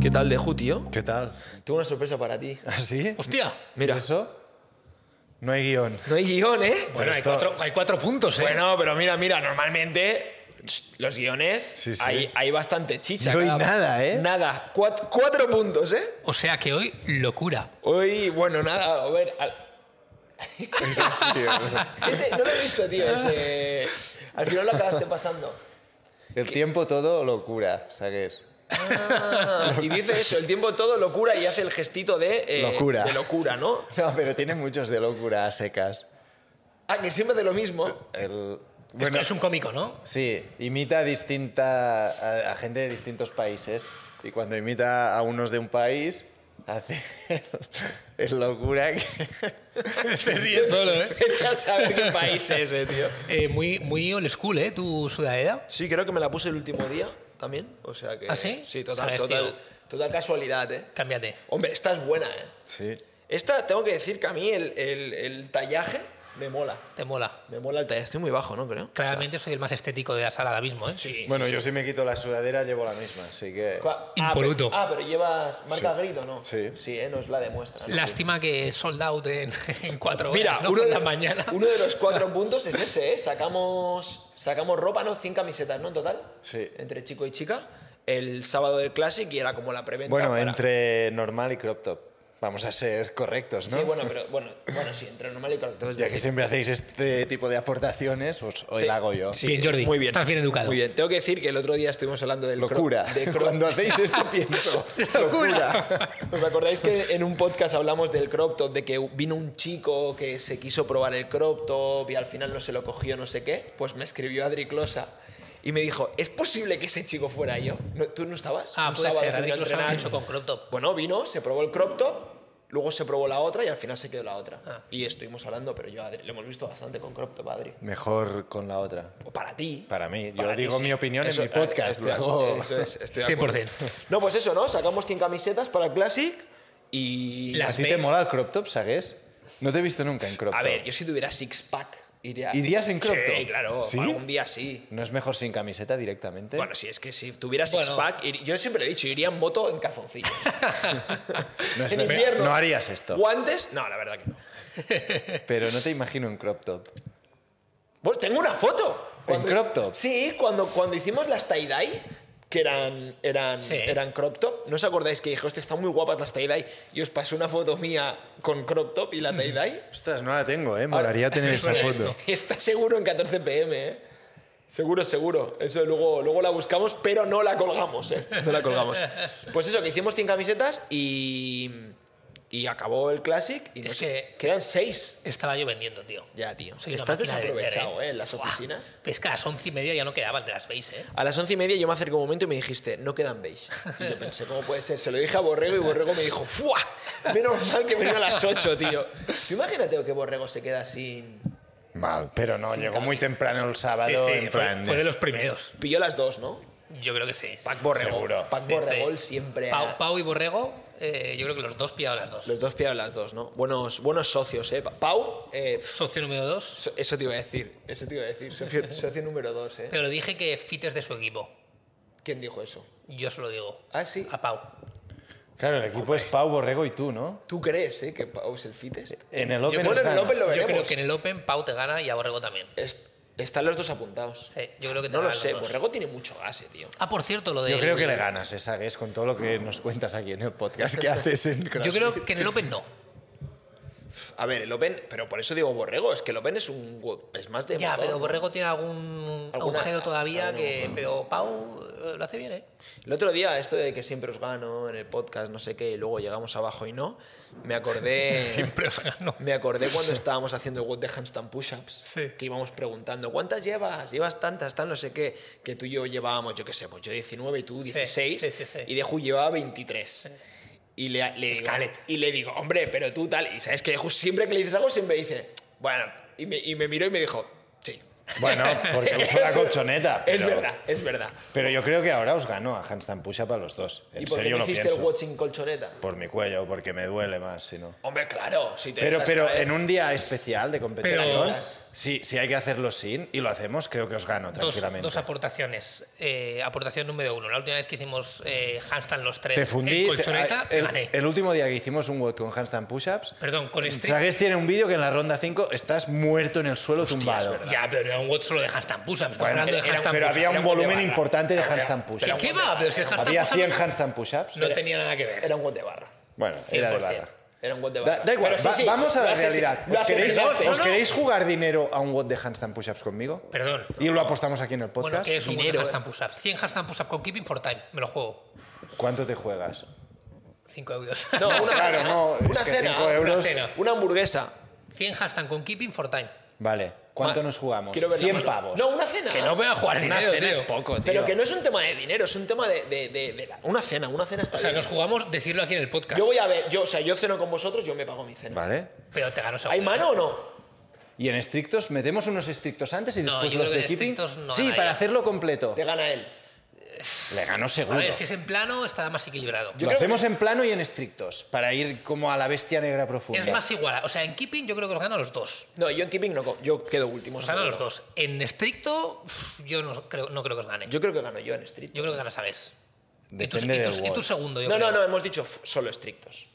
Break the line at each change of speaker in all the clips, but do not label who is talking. ¿Qué tal, Deju, tío?
¿Qué tal?
Tengo una sorpresa para ti.
¿Así?
¡Hostia!
Mira,
¿Eso? No hay guión.
no hay guión, ¿eh?
Pero
Bueno, hay
esto-
cuatro, hay cuatro puntos, ¿eh?
Bueno, pero mira, mira, normalmente tss, los guiones
Sí, sí.
Hay, hay bastante chicha.
No hay
cada-
nada, ¿eh?
Nada. Cuat- cuatro puntos, ¿eh?
O sea que hoy, locura.
Hoy, bueno, nada, a ver. al-
Es así, ¿verdad?
ese- no lo he visto, tío. ese- al final lo acabaste pasando.
El tiempo todo locura, ¿sabes?
Ah, y dice eso, el tiempo todo locura y hace el gestito de... eh,
Locura.
De locura, ¿no?
No, pero tiene muchos de locura a secas.
Ah, que siempre hace lo mismo.
El...
Es-
Bueno,
es un cómico, ¿no?
sí, imita a, distinta, a, a gente de distintos países. Y cuando imita a unos de un país, hace el, el locura que...
Este sí es solo, ¿eh?
Vete a saber qué país es ese, tío.
Eh, muy, muy old school, ¿eh? Tu sudadera.
Sí, creo que me la puse el último día también. O sea que...
¿Ah, sí?
Sí, total,
Sabes,
total,
tío.
total casualidad, ¿eh?
Cámbiate.
Hombre, esta es buena, ¿eh?
Sí.
Esta, tengo que decir que a mí el, el- el tallaje me mola.
Te mola.
Me mola el tallaje. Estoy muy bajo, ¿no? Creo. O sea,
Claramente soy el más estético de la sala ahora mismo, ¿eh?
sí.
Bueno, yo si me quito la sudadera llevo la misma, así que...
Cua-
Impoluto.
Ah, pero, ah, pero llevas marca
Sí.
grito, ¿no?
Sí.
Sí, ¿eh? Nos la demuestra. ¿no?
Lástima que sold out en, en cuatro horas,
Mira,
¿no?
uno,
Por
de
la
los-
mañana.
uno de los cuatro puntos es ese, ¿eh? Sacamos, sacamos ropa, ¿no? 100 camisetas, ¿no? En total.
Sí.
Entre chico y chica. El sábado del Classic y era como la preventa.
Bueno,
para-
entre normal y crop top. Vamos a ser correctos, ¿no?
Sí, bueno, pero bueno, bueno, sí, entre normal y correcto. es
Ya que
decir,
siempre hacéis este tipo de aportaciones, pues hoy
Te-
la hago yo.
sí,
Bien, Jordi,
Muy bien.
estás bien educado.
Muy bien. Tengo que decir que el otro día estuvimos hablando del cro-
Locura.
de cro-
Cuando hacéis esto pienso. Locura.
¿Os acordáis que en un podcast hablamos del crop top, de que vino un chico que se quiso probar el crop top y al final no se lo cogió, no sé qué? Pues me escribió Adri Closa y me dijo, ¿es posible que ese chico fuera yo? ¿No- ¿Tú no estabas?
Ah,
Un
puede
sábado
ser.
que vino
Adri
a
Closa lo ha
entrenar.
hecho con crop top.
Bueno, vino, se probó el crop top, luego se probó la otra y al final se quedó la otra.
Ah.
Y estuvimos hablando, pero yo a Adri, lo hemos visto bastante con crop top, Adri.
Mejor con la otra.
O para ti.
Para mí. Yo
Para ti,
digo
sí.
mi opinión
Eso,
en mi podcast.
estoy de
luego-
acuerdo, Eso es, estoy de acuerdo.
100%.
No, pues eso, ¿no? Sacamos 100 camisetas para el Classic y...
La-
¿A
¿Las
ti te
ves?
mola el crop top, sabes? No te he visto nunca en crop top.
A ver, yo si tuviera six-pack iría...
¿Irías en crop
Sí,
top?
claro.
¿Sí?
Algún día sí.
¿No es mejor sin camiseta directamente?
Bueno, si es que si tuviera
Bueno.
six-pack, ir- yo siempre lo he dicho, iría en moto en calzoncillos.
no, es
en
me-
invierno.
no harías esto.
¿Guantes? No, la verdad que no.
Pero no te imagino en crop top.
Bueno, tengo una foto.
crop top?
Sí, cuando, cuando hicimos las tie-dye, que eran, eran,
Sí.
eran crop top. ¿No os acordáis que dije, hostia, están muy guapas las tie-dye? Y os pasé una foto mía con crop top y la tie-dye.
Ostras, no la tengo, ¿eh? Molaría tener esa foto.
Está seguro en 14 pm, ¿eh? Seguro, seguro. Eso luego, luego la buscamos, pero no la colgamos, ¿eh? No la colgamos. Pues eso, que hicimos 100 camisetas y. Y acabó el Classic y no
Es
sé,
que-
Quedan 6.
Estaba yo vendiendo, tío.
Ya, tío.
Soy una
Estás
máquina de vender,
desaprovechado,
¿eh?
¿eh? En las oficinas.
Es que a las once y media ya no quedaban, te las veis, ¿eh?
A las once y media yo me acerqué un momento y me dijiste, no quedan beige. Y yo pensé, ¿cómo puede ser? Se lo dije a Borrego y Borrego me dijo, ¡fua! Menos mal que vino a las 8, tío. Tú Imagínate que Borrego se queda sin.
Mal, pero no, llegó muy temprano el sábado en
fue,
plan...
fue de los primeros.
Pilló las dos, ¿no?
Yo creo que sí.
Pac Borrego.
Seguro.
Pac
Sí,
Borregol
sí.
siempre. ha-
Pau, Pau y Borrego, eh, yo creo que los dos pillaron las dos.
Los dos pillaron las dos, ¿no? Buenos, buenos socios, ¿eh? Pa- Pau, eh, f-
Socio número dos.
so- eso te iba a decir. Eso te iba a decir. Socio, socio número dos, ¿eh?
Pero dije que Fit es de su equipo.
¿Quién dijo eso?
Yo se lo digo.
Ah, sí.
A Pau.
Claro, el equipo es Pau, Borrego y tú, ¿no?
¿Tú crees, eh? Que Pau es el fitest.
En el
Yo
Open
Bueno,
os
en el
gana.
Open lo
Yo creo
veremos.
que en el Open Pau te gana y a Borrego también.
Est- están los dos apuntados.
Sí, yo creo que te
No lo
ganan los
sé,
dos.
Borrego tiene mucho gase, tío.
Ah, por cierto, lo de.
Yo creo
pues
que le ganas esa vez con todo lo que nos cuentas aquí en el podcast que haces en CrossFit.
Yo creo que en el Open no.
A ver, el Open, pero por eso digo Borrego, es que el Open es un go- es más de
Ya,
motor,
pero
¿no?
Borrego tiene algún
Alguna-
agujero todavía
alguna-
que. Pero Pau eh, lo hace bien, ¿eh?
El otro día, esto de que siempre os gano en el podcast, no sé qué, y luego llegamos abajo y no, me acordé.
os gano.
Me acordé cuando estábamos haciendo el WOD de handstand push-ups,
Sí.
que íbamos preguntando, ¿cuántas llevas? ¿Llevas tantas? Tal, no sé qué. Que tú y yo llevábamos, yo qué sé, pues yo 19 y tú 16.
sí, sí, sí.
Y Deju llevaba 23. Y, le, le digo,
Scarlett.
y le digo, hombre, pero tú tal. Y sabes que Deju siempre que le dices algo siempre dice, bueno, y me, y me miró y me dijo, sí.
Bueno, porque uso la colchoneta.
Es
pero-
verdad, es verdad.
Pero yo creo que ahora os ganó a handstand push-up a los dos. En
¿Y por qué no
serio lo
hiciste
pienso.
el WOD sin colchoneta?
Por mi cuello, porque me duele más, si no.
Hombre, claro, si te
Pero,
dejas
pero
caer.
en un día especial de competencia.
Pero,
horas.
Si, si hay que hacerlo sin y lo hacemos, creo que os gano
Dos,
tranquilamente.
dos aportaciones. Eh, aportación número uno. La última vez que hicimos eh, handstand los tres
te fundí.
en
te-
colchoneta,
a-
te
el,
gané.
el último día que hicimos un web con handstand push-ups.
Perdón, con este-
Sagues tiene un vídeo que en la ronda 5 estás muerto en el suelo tumbado.
Ya, pero era un WOT solo de handstand push-ups. Estamos
Bueno,
hablando de
era-
handstand
pero
push-ups.
había
era
un
un gol de
volumen
barra.
importante de
Era-
handstand
era
push-ups.
un
¿Qué
gol de
va?
barra,
Pero si el
era un
hashtag
Había
push-up
100
no-
handstand push-ups.
No tenía nada que ver.
Era un gol de barra.
Bueno, era de
100%.
barra.
Era un gol de
Da,
barra.
da igual,
Pero sí,
va-
sí,
vamos a
lo
la
has asesin-
realidad.
lo
¿Os queréis,
asesinaste.
os
no.
queréis jugar dinero a un WOT de handstand push-ups conmigo?
Perdón.
Y lo apostamos aquí en el
Bueno,
podcast.
que es un WOT de
Dinero,
handstand push-ups. 100 handstand push-ups con Keeping for Time. Me lo juego.
¿Cuánto te juegas?
5 euros.
No, una,
Claro, no, es
una
que
cena,
5 euros.
cena.
una hamburguesa.
100 hashtag con Keeping for Time.
Vale, ¿cuánto
Va,
nos jugamos?
Quiero ver la
100
mano.
pavos.
No, una cena.
Que no voy a jugar
Una
dinero,
cena
tío.
es poco, tío.
Pero que no es un tema de dinero, es un tema de, de- de- de la- una cena, una cena está
O sea,
bien.
nos jugamos decirlo aquí en el podcast.
Yo voy a ver, yo, o sea, yo ceno con vosotros, yo me pago mi cena.
Vale.
Pero te gano seguro.
¿Hay mano o no?
¿Y en estrictos? ¿Metemos unos estrictos antes y
No,
después
yo
los
creo
de
que en
keeping?
estrictos no
sí,
ganaría.
para hacerlo completo.
Te gana él.
Le gano
A
seguro.
ver, si es en plano, está más equilibrado.
Yo
lo
creo
hacemos en plano y en estrictos, para ir como a la bestia negra profunda.
es más igual. O sea, en Keeping yo creo que os gano a los dos.
No, yo en keeping no, co- yo quedo último.
Os gano a los
seguro.
dos. En estricto, uf, yo no creo, no creo que os gane. Yo,
Yo creo que gano yo en street.
creo que gana Sabes. Y tu,
Depende
y tu-
del
y tu
WOT.
segundo, yo
No,
creo.
no, no, hemos dicho f- solo estrictos.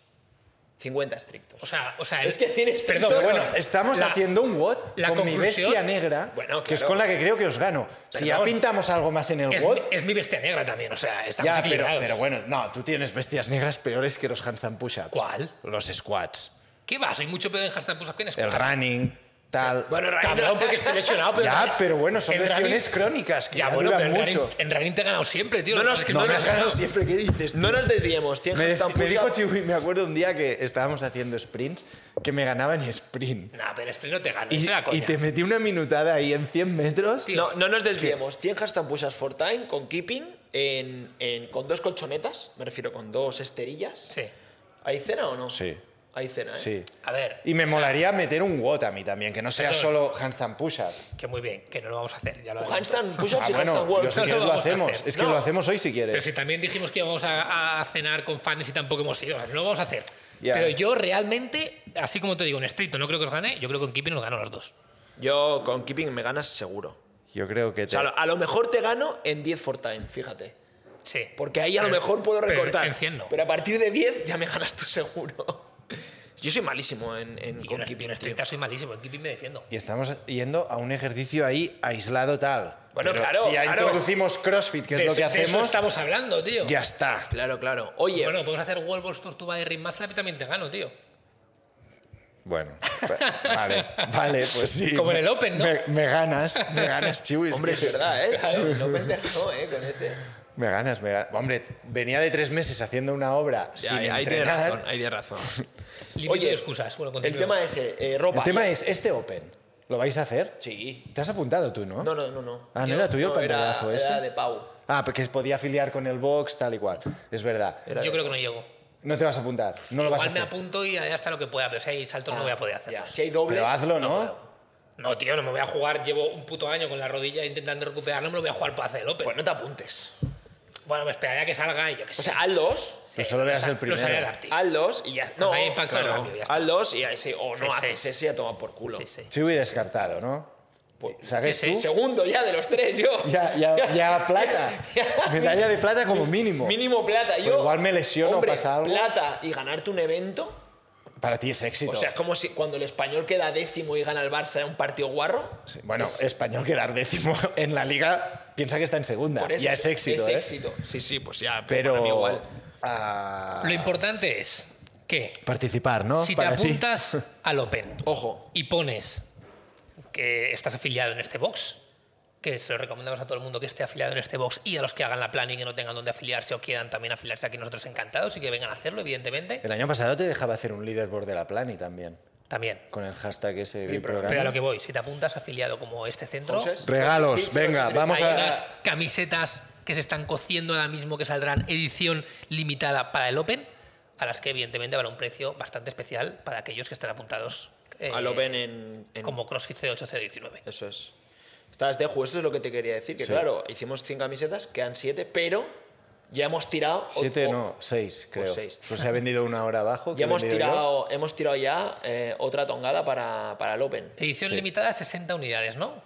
50 estrictos.
O sea, o sea, el-
Es que 100 estrictos-
Perdón,
Bueno,
perdón.
estamos
La-
haciendo un WOT
la
con mi
conclusión-
bestia negra,
Bueno,
que es
claro.
con la que creo que os gano. Si ya
Perdón.
pintamos algo más en el
Es,
WOT,
mi- es mi bestia negra también, o sea, estamos
ya, pero,
equilibrados.
pero bueno, no, tú tienes bestias negras peores que los handstand push-ups.
¿Cuál?
Los squats,
¿Qué va? Soy mucho peor en hashtag push-ups que en
el
squats.
running, tal.
Bueno, Raín,
Cabrón, porque estoy lesionado. Pero
ya, pero bueno, son
el running-
lesiones crónicas que
Ya,
ya
bueno, pero
duran
en
mucho.
running, en running te he ganado siempre, tío.
No,
Lo
no,
que pasa es que
no, no,
estoy
me has
lesionado.
ganado siempre, ¿qué dices? tío?
No nos desviemos, 100
Me, dec-
handstand
me dijo
push-up.
Chiwi, me acuerdo un día que estábamos haciendo sprints, que me ganaba en sprint.
Nah, pero Spring no te gana.
Y,
esa es la
y
coña.
te metí una minutada ahí en 100 metros.
Tío.
No, no nos desviemos. 100 hashtag push-ups for time con keeping, en, en- con dos colchonetas, me refiero con dos esterillas.
Sí.
¿Hay cena o no?
Sí.
Hay cena, ¿eh?
Sí.
A ver,
Y me molaría meter un WOT a mí también, que no sea
Perdón.
solo handstand push-up.
que muy bien, que no lo vamos a hacer. Ya lo
O
adelanto.
handstand push-ups
Ah,
y
bueno,
handstand walks.
yo si
No,
quieres
no
lo
vamos a
hacemos.
hacer.
Es que
No.
lo hacemos hoy si
Pero
quieres.
si también dijimos que íbamos a, a cenar con fans y tampoco hemos ido, no lo vamos a hacer.
Ya.
Pero yo realmente, así como te digo, en estricto no creo que os gane, yo creo que en Keeping nos gano los dos.
Yo con keeping me ganas seguro.
Yo creo que
O
te-
sea, a lo- a lo mejor te gano en 10 for time, fíjate.
Sí.
Porque ahí a lo
Pero-
mejor puedo
pero
recortar.
en 100 no.
Pero a partir de 10 ya me ganas tú seguro. Yo soy malísimo en, en con
Y yo en yo en
keeping, tío.
estricta soy malísimo, en Keeping me defiendo.
Y estamos yendo a un ejercicio ahí aislado tal.
Bueno,
Pero
claro,
Si ya
claro.
introducimos CrossFit, que es
De
lo
eso-
que
de eso
hacemos,
estamos hablando, tío.
ya está.
Claro, claro. Oye,
Bueno, podemos hacer Wall Balls Tortuga de Ring Muscle y también te gano, tío.
Bueno, pues, vale, vale, pues sí.
Como en el Open, ¿no?
Me, me ganas, me ganas, Chiwi.
hombre, es verdad, ¿eh? No me enteró, ¿eh? Con ese.
Me ganas, me ganas. Hombre, venía de tres meses haciendo una obra sin
ahí tienes
entrenar.
razón, ahí tienes razón.
Límite
Oye,
de excusas. Bueno,
el
continuemos.
tema es eh, eh, ropa.
El tema es, ¿este Open lo vais a hacer?
Sí.
¿Te has apuntado tú, no?
No, no, no, no.
Ah, ¿no
Yo-
era tuyo,
no, era-
pantallazo ese?
Era de Pau.
Ah, porque podía afiliar con el box, tal y cual. Es verdad.
Era de
Yo creo que no llego.
No te vas a apuntar, no lo vas a
Igual me
hacer.
apunto y hasta lo que pueda, pero si hay saltos no voy a poder hacerlo.
Ah, Ya, Si hay dobles.
Pero hazlo, ¿no?
No, tío, no me voy a jugar. Llevo un puto año con la rodilla intentando recuperar, no me lo voy a jugar para hacer el Open.
Pues no te apuntes.
Bueno, me esperaría a que salga y yo que
O
sé.
sea, haz dos.
Sí,
Pero pues solo veas
sa-
el primero.
No sale Adaptive.
Haz dos y ya. No,
Ahí impacto
claro,
rápido, ya está.
haz dos y ese, o no
Sí, sí.
haces ese y a tomar por culo.
Sí, sí.
Sí, voy descartado, ¿no?
Pues-
¿Sabes
Sí, sí,
tú?
Segundo ya de los tres, yo.
Ya, ya, ya plata. Medalla de plata como mínimo.
Mínimo plata. Yo,
Pero igual me lesiono,
hombre,
pasa algo.
plata y ganarte un evento.
Para ti es éxito.
O sea, es como si cuando el español queda décimo y gana el Barça en un partido guarro.
Sí, bueno, español quedar décimo en la liga, piensa que está en segunda.
Por eso
ya es éxito,
Es
¿eh?
éxito. Sí, sí, pues ya. para
Pero
mí igual.
ah,
Lo importante es que
participar, ¿no?
si te
Para ti.
apuntas al Open
Ojo.
y pones que estás afiliado en este box, que se lo recomendamos a todo el mundo que esté afiliado en este box y a los que hagan la plan y que no tengan dónde afiliarse o quieran también afiliarse aquí nosotros encantados y que vengan a hacerlo, evidentemente,
El año pasado te dejaba hacer un leaderboard de la Plani también,
también.
con el hashtag ese del
programa.
Pero a
programa.
lo que voy, si te apuntas afiliado como este centro,
Entonces,
Regalos, venga, vamos
hay unas
a...
camisetas que se están cociendo ahora mismo que saldrán edición limitada para el Open, a las que evidentemente habrá un precio bastante especial para aquellos que están apuntados eh,
Al Open en. en-
como CrossFit C8 C19.
Eso es. Estás de juego, esto es lo que te quería decir. Que
Sí.
claro, hicimos 100 camisetas, quedan 7, pero Ya hemos tirado. o-
Siete,
o-
no, seis, creo.
seis.
Pues se ha vendido una hora abajo. que
Ya
he
hemos
vendido yo.
tirado, hemos tirado ya eh, otra tongada para, para el Open.
Edición
Sí.
limitada a 60 unidades, ¿no?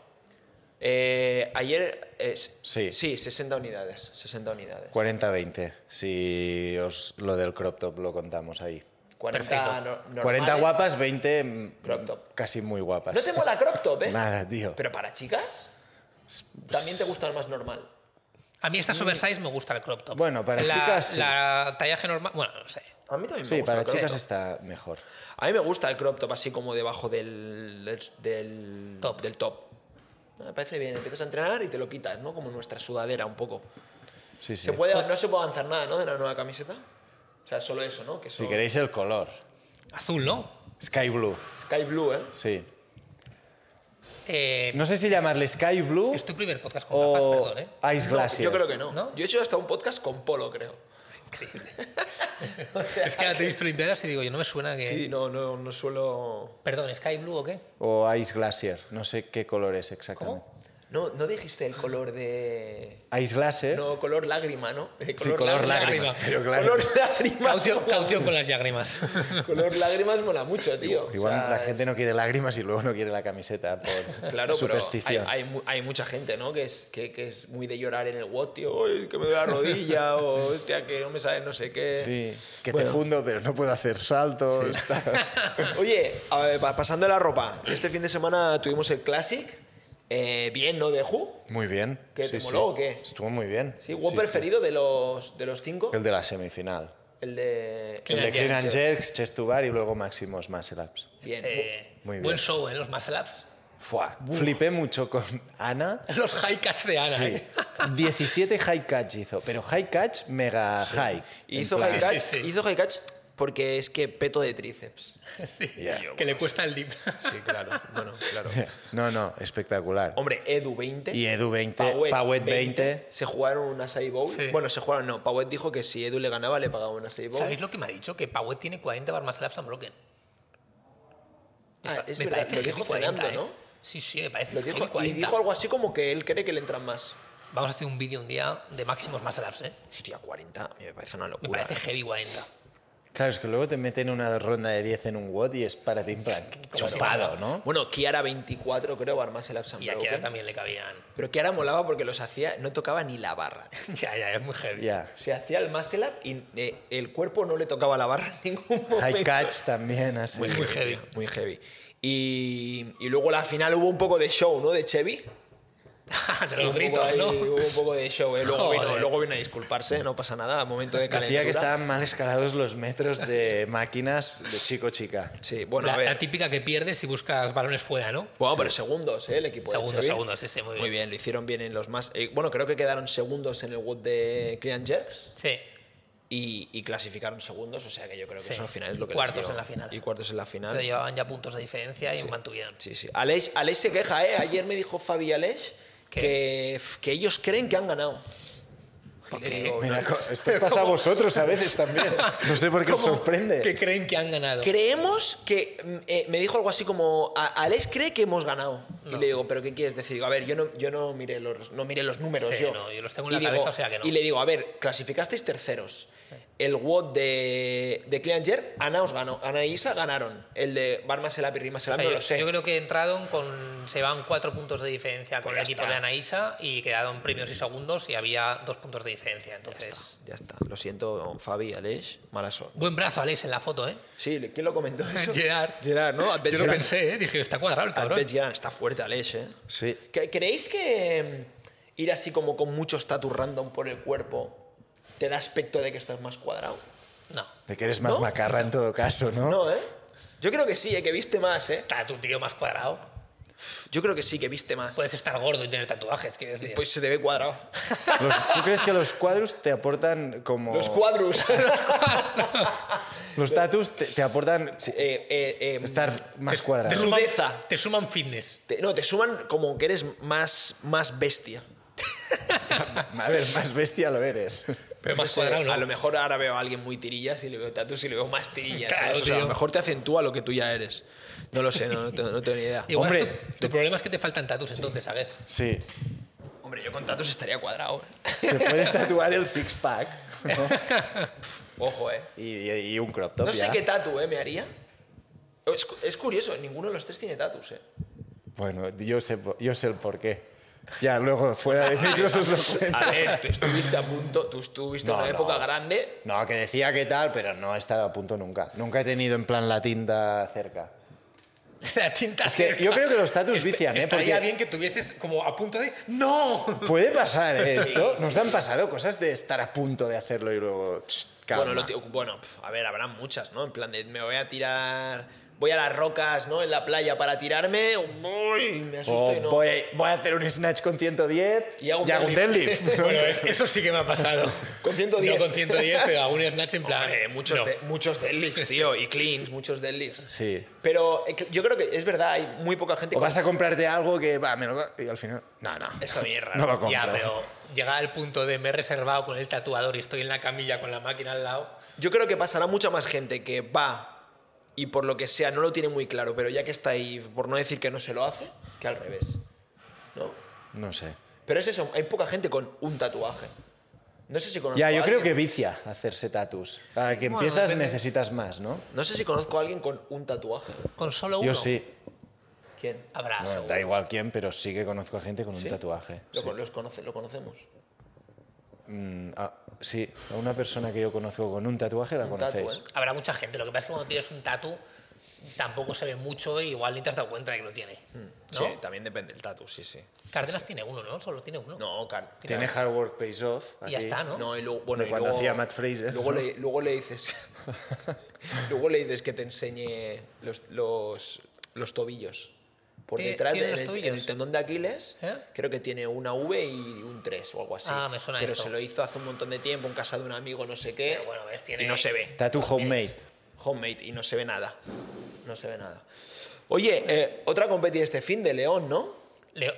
Eh, ayer. es-
Sí.
Sí, 60 unidades. 60 unidades.
40-20, si os lo del crop top lo contamos ahí.
40,
Perfecto.
no-
40
normales.
guapas, 20 mm,
Crop top.
casi muy guapas.
No te mola crop top, ¿eh?
Nada, tío.
Pero para chicas, también te gusta el más normal.
A mí estas oversize me gusta el crop top.
Mm. Bueno, para
La-
chicas, sí.
La tallaje normal. Bueno, no sé.
A mí también me
Sí,
gusta.
para
el crop
chicas
top.
está mejor.
A mí me gusta el crop top así como debajo del, del, del
Top.
del top. Me parece bien, empiezas a entrenar y te lo quitas, ¿no? Como nuestra sudadera un poco.
Sí, sí.
Se puede, no se puede avanzar nada, ¿no? De la nueva camiseta. O sea, solo eso, ¿no? Que
Si
son
queréis el color.
Azul, ¿no?
Sky Blue,
Sky Blue, ¿eh?
sí.
Eh,
No sé si llamarle Sky Blue
Es tu primer podcast con gafas,
o
perdón, ¿eh?
Ice Glacier.
Yo creo que no.
¿No?
Yo he hecho hasta un podcast con Polo, creo.
Es que ahora te he visto limpiadas y digo, yo no me suena que.
Sí, no, no, no suelo.
Perdón, ¿Sky Blue o qué?
O Ice Glacier, no sé qué color es exactamente.
No, no dijiste el color de.
Ice Glacier.
No, color lágrima, ¿no? Eh,
¿Eh? sí, color lágrimas,
lágrima.
pero claro.
Color lágrima.
Caución, caución con las lágrimas.
Color lágrimas mola mucho, tío.
Igual
O sea,
la gente no quiere lágrimas y luego no quiere la camiseta por
Claro, pero hay,
superstición.
hay, mu- hay mucha gente, ¿no? Que es, que, que es muy de llorar en el WOT, tío. "Uy, que me duele la rodilla, o hostia, que no me sale no sé qué.
Sí, que
Bueno.
te fundo, pero no puedo hacer saltos. tal.
Oye, a ver, pa- pasando la ropa, este fin de semana tuvimos el Classic. eh, bien, ¿no? De Who.
Muy bien.
¿Qué,
sí,
te
sí.
moló o qué?
Estuvo muy bien.
Sí, Who
Sí,
preferido De, los, de los cinco.
sí. El de la semifinal.
El de.
El
Clean
de
and
Clean and
Jerks.
Jerks, Chest to Bar y luego Máximos Muscle Ups.
Bien.
Eh,
Muy bien.
Buen show, ¿eh? Los muscle ups.
Fua, Flipé mucho con Ana.
Los high cats de Ana.
Sí.
¿eh?
17 high catch hizo, pero high catch mega high.
Y
En
hizo
plan-
high
Sí,
catch,
sí, sí.
hizo high catch porque es que peto de tríceps.
Sí.
Yeah.
Que le cuesta el dip.
Sí, claro. bueno, claro.
No, no, espectacular.
Hombre, Edu 20.
Y Edu 20, Pauet 20.
Se jugaron un acai bowl.
Sí.
Bueno, se jugaron, no. Pauet dijo que si Edu le ganaba, le pagaba un acai bowl.
¿Sabéis lo que me ha dicho? Que Pauet tiene 40 bar muscle ups unbroken.
Ah, es
Me
verdad,
parece
lo dijo
heavy 40,
cenando,
¿eh.
¿no?
Sí, sí, me parece
Lo
heavy
dijo, y
40.
dijo algo así como que él cree que le entran más.
Vamos a hacer un vídeo un día de máximos muscle ups, ¿eh?
Hostia, 40, a mí me parece una
Me
locura.
parece heavy 40.
Claro, es que luego te meten una ronda de 10 en un WOD y es para ti en plan chupado, ¿no?
Bueno, Kiara 24, creo, Barmas el Absan
Y a Kiara también le cabían.
Pero Kiara molaba porque los hacía, no tocaba ni la barra.
ya, ya, es muy heavy.
Ya.
Se hacía el muscle up y eh, el cuerpo no le tocaba la barra en ningún momento.
High catch también, así.
Muy heavy.
Eh, Muy heavy. Y, y luego la final hubo un poco de show, ¿no? De Chevy.
de los
Hubo un poco
gritos,
ahí-
¿no?
Hubo un poco de show, ¿eh? Luego vino,
Joder.
luego vino a disculparse, no pasa nada, momento de calentura.
Parecía que estaban mal escalados los metros de máquinas de chico-chica.
Sí, bueno,
la,
a ver.
la típica que pierdes si buscas balones fuera, ¿no?
Bueno, pero segundos, ¿eh? El equipo
Segundos,
de Chevy.
segundos, sí, sí, muy bien.
Muy bien, lo hicieron bien en los más... eh, bueno, creo que quedaron segundos en el WOD de Clean Jerks
Sí.
y, y clasificaron segundos, o sea que yo creo que
Sí.
eso al final es lo que les
Cuartos
dio.
en la final.
Y cuartos en la final.
Pero llevaban ya puntos de diferencia y mantuvieron.
Ah. Sí, sí. Aleix, Aleix se queja, ¿eh? Ayer me dijo Fabi Aleix
¿Qué?
que, f- que ellos creen que han ganado.
¿Por
Le
qué?
digo,
Mira,
Oh, "No,
co- esto pasa a vosotros a veces también. No sé por qué os
¿Cómo?
sorprende.
Que creen que han ganado.
Creemos que. mm, eh, me dijo algo así como. "A- Alex cree que hemos ganado. Y le digo, ¿pero qué quieres decir? Digo, a ver, yo no, yo no, miré, los, no miré los números.
Sí,
yo.
no, yo los tengo en
Y
la
digo-
cabeza, o sea que no.
Y le digo, a ver, clasificasteis terceros. El WOD de, de Clean Jerk, Ana os ganó. Ana y Isa ganaron. El de Barma Selap y Rima
O
Selap
sea,
no
yo,
lo sé.
yo creo que entraron con. Se van cuatro puntos de diferencia con
Pues ya
el equipo
está.
de Anaísa y quedaron premios y segundos y había dos puntos de diferencia. Entonces.
Ya está, lo siento, Fabi, Alex, mala suerte.
Buen brazo, Alex, en la foto, ¿eh?
Sí, ¿quién lo comentó eso?
Gerard.
Gerard, ¿no? Advent
Yo lo
Gerard.
pensé, ¿eh? Dije, está cuadrado el cabrón.
Advent Gerard, está fuerte Alex, ¿eh?
Sí.
¿Cre- ¿Creéis que mm, ir así como con muchos tatu random por el cuerpo te da aspecto de que estás más cuadrado?
No.
De que eres más
¿No?
macarra en todo caso, ¿no?
No, ¿eh? Yo creo que sí, ¿eh? que viste más, ¿eh?
Está tu tío más cuadrado.
Yo creo que sí, que viste más.
Puedes estar gordo y tener tatuajes, quiero decir.
Pues se te ve cuadrado.
Los- ¿Tú crees que los cuadros te aportan como...
Los cuadros.
Los tatus te, te aportan
Sí, eh, eh, eh,
estar más
te,
cuadrado.
su-
suman,
Rudeza.
te suman fitness.
te- no, te suman como que eres más, más bestia.
A ver, más bestia lo eres.
Pero más
No sé,
cuadrado, ¿no?
Pues A lo mejor ahora veo a alguien muy tirillas y le veo tatus y le veo más tirillas.
Claro,
¿sabes? O sea, a lo
tío.
mejor te acentúa lo que tú ya eres. No lo sé, no, no tengo, no tengo ni idea.
Igual
Hombre,
tu, tu problema es que te faltan tatus, entonces, ¿sabes?
Sí.
Hombre, yo con tatus estaría cuadrado. eh.
Te puedes tatuar el six-pack
Ojo, eh.
y, y- y un crop top
No sé
ya.
qué tatu eh, me haría. Es, cu- es curioso, ninguno de los tres tiene tatus, eh.
Bueno, yo sé, po- yo sé el porqué. Ya, luego fuera de micros os lo cuento.
A ver, tú estuviste a punto, tú estuviste en
No,
una
no.
época grande.
No, que decía que tal, pero no he estado a punto nunca. Nunca he tenido en plan la tinta cerca.
La tinta
Es que yo creo que los tatus
Este-
vician, ¿eh?
Estaría
Porque
bien que tuvieses como a punto de... ¡No!
puede pasar ¿eh? esto. Nos han pasado cosas de estar a punto de hacerlo y luego... "Ch, calma".
Bueno, lo ti- bueno, pf, a ver, habrá muchas, ¿no? En plan de me voy a tirar. Voy a las rocas, ¿no? En la playa para tirarme. Uy, me asusto
O
Oh,
y no.
Oh, voy, voy a hacer un snatch con 110
Y hago un deadlift.
deadlift.
Bueno, eso sí que me ha pasado.
Con 110.
No con 110, pero algún snatch en plan...
Hombre, muchos,
Eh, no.
de- muchos deadlifts, tío, y cleans, muchos deadlifts.
Sí.
Pero eh, cl- yo creo que es verdad, hay muy poca gente
O
con
vas a comprarte algo que va, me lo va- y al final. No, no.
esta mierda.
No lo compro.
Ya, pero llegar al punto de me he reservado con el tatuador y estoy en la camilla con la máquina al lado.
Yo creo que pasará mucha más gente que va y por lo que sea no lo tiene muy claro, pero ya que está ahí, por no decir que no se lo hace, que al revés. ¿No?
No sé.
Pero es eso, hay poca gente con un tatuaje. No sé si conozco
Ya,
a
yo creo que
alguien-
vicia hacerse tatus. Para que
Bueno,
empiezas
depende.
necesitas más, ¿no?
No sé si conozco a alguien con un tatuaje.
Con solo uno.
Yo sí.
¿Quién?
Habrá.
Bueno, da igual quién, pero sí que conozco a gente con un
Ah, ¿Sí?
tatuaje.
Lo,
Sí.
los conoce, lo conocemos.
Mm, ah, sí, a una persona que yo conozco con un tatuaje la
Un tatu,
conocéis.
¿eh?
Habrá mucha gente. Lo que pasa es que cuando tienes un tatu tampoco se ve mucho e igual ni te has dado cuenta de que lo tiene. ¿No?
Hmm. Sí, también depende del tatu, sí, sí.
Cárdenas tiene uno, ¿no? Solo tiene uno.
No, Car-
Tiene hard work pays off.
Y ya
aquí.
está, ¿no?
No, y luego, bueno, y
De cuando
luego-
hacía Matt Fraser,
Luego,
¿no?
le, luego le dices. luego le dices que te enseñe los, los, los tobillos. Por
¿Tiene-
detrás
tiene
del
los
el,
tobillos?
el tendón de Aquiles,
¿Eh?
creo que tiene una V y un 3 o algo así.
Ah, me suena
Pero
esto.
se lo hizo hace un montón de tiempo en casa de un amigo, no sé qué.
Pero bueno, ves, tiene-
Y no se ve.
Tatu homemade.
Mires.
Homemade, y no se ve nada. No se ve nada. Oye, eh, otra competi de este fin de León, ¿no?
Leo-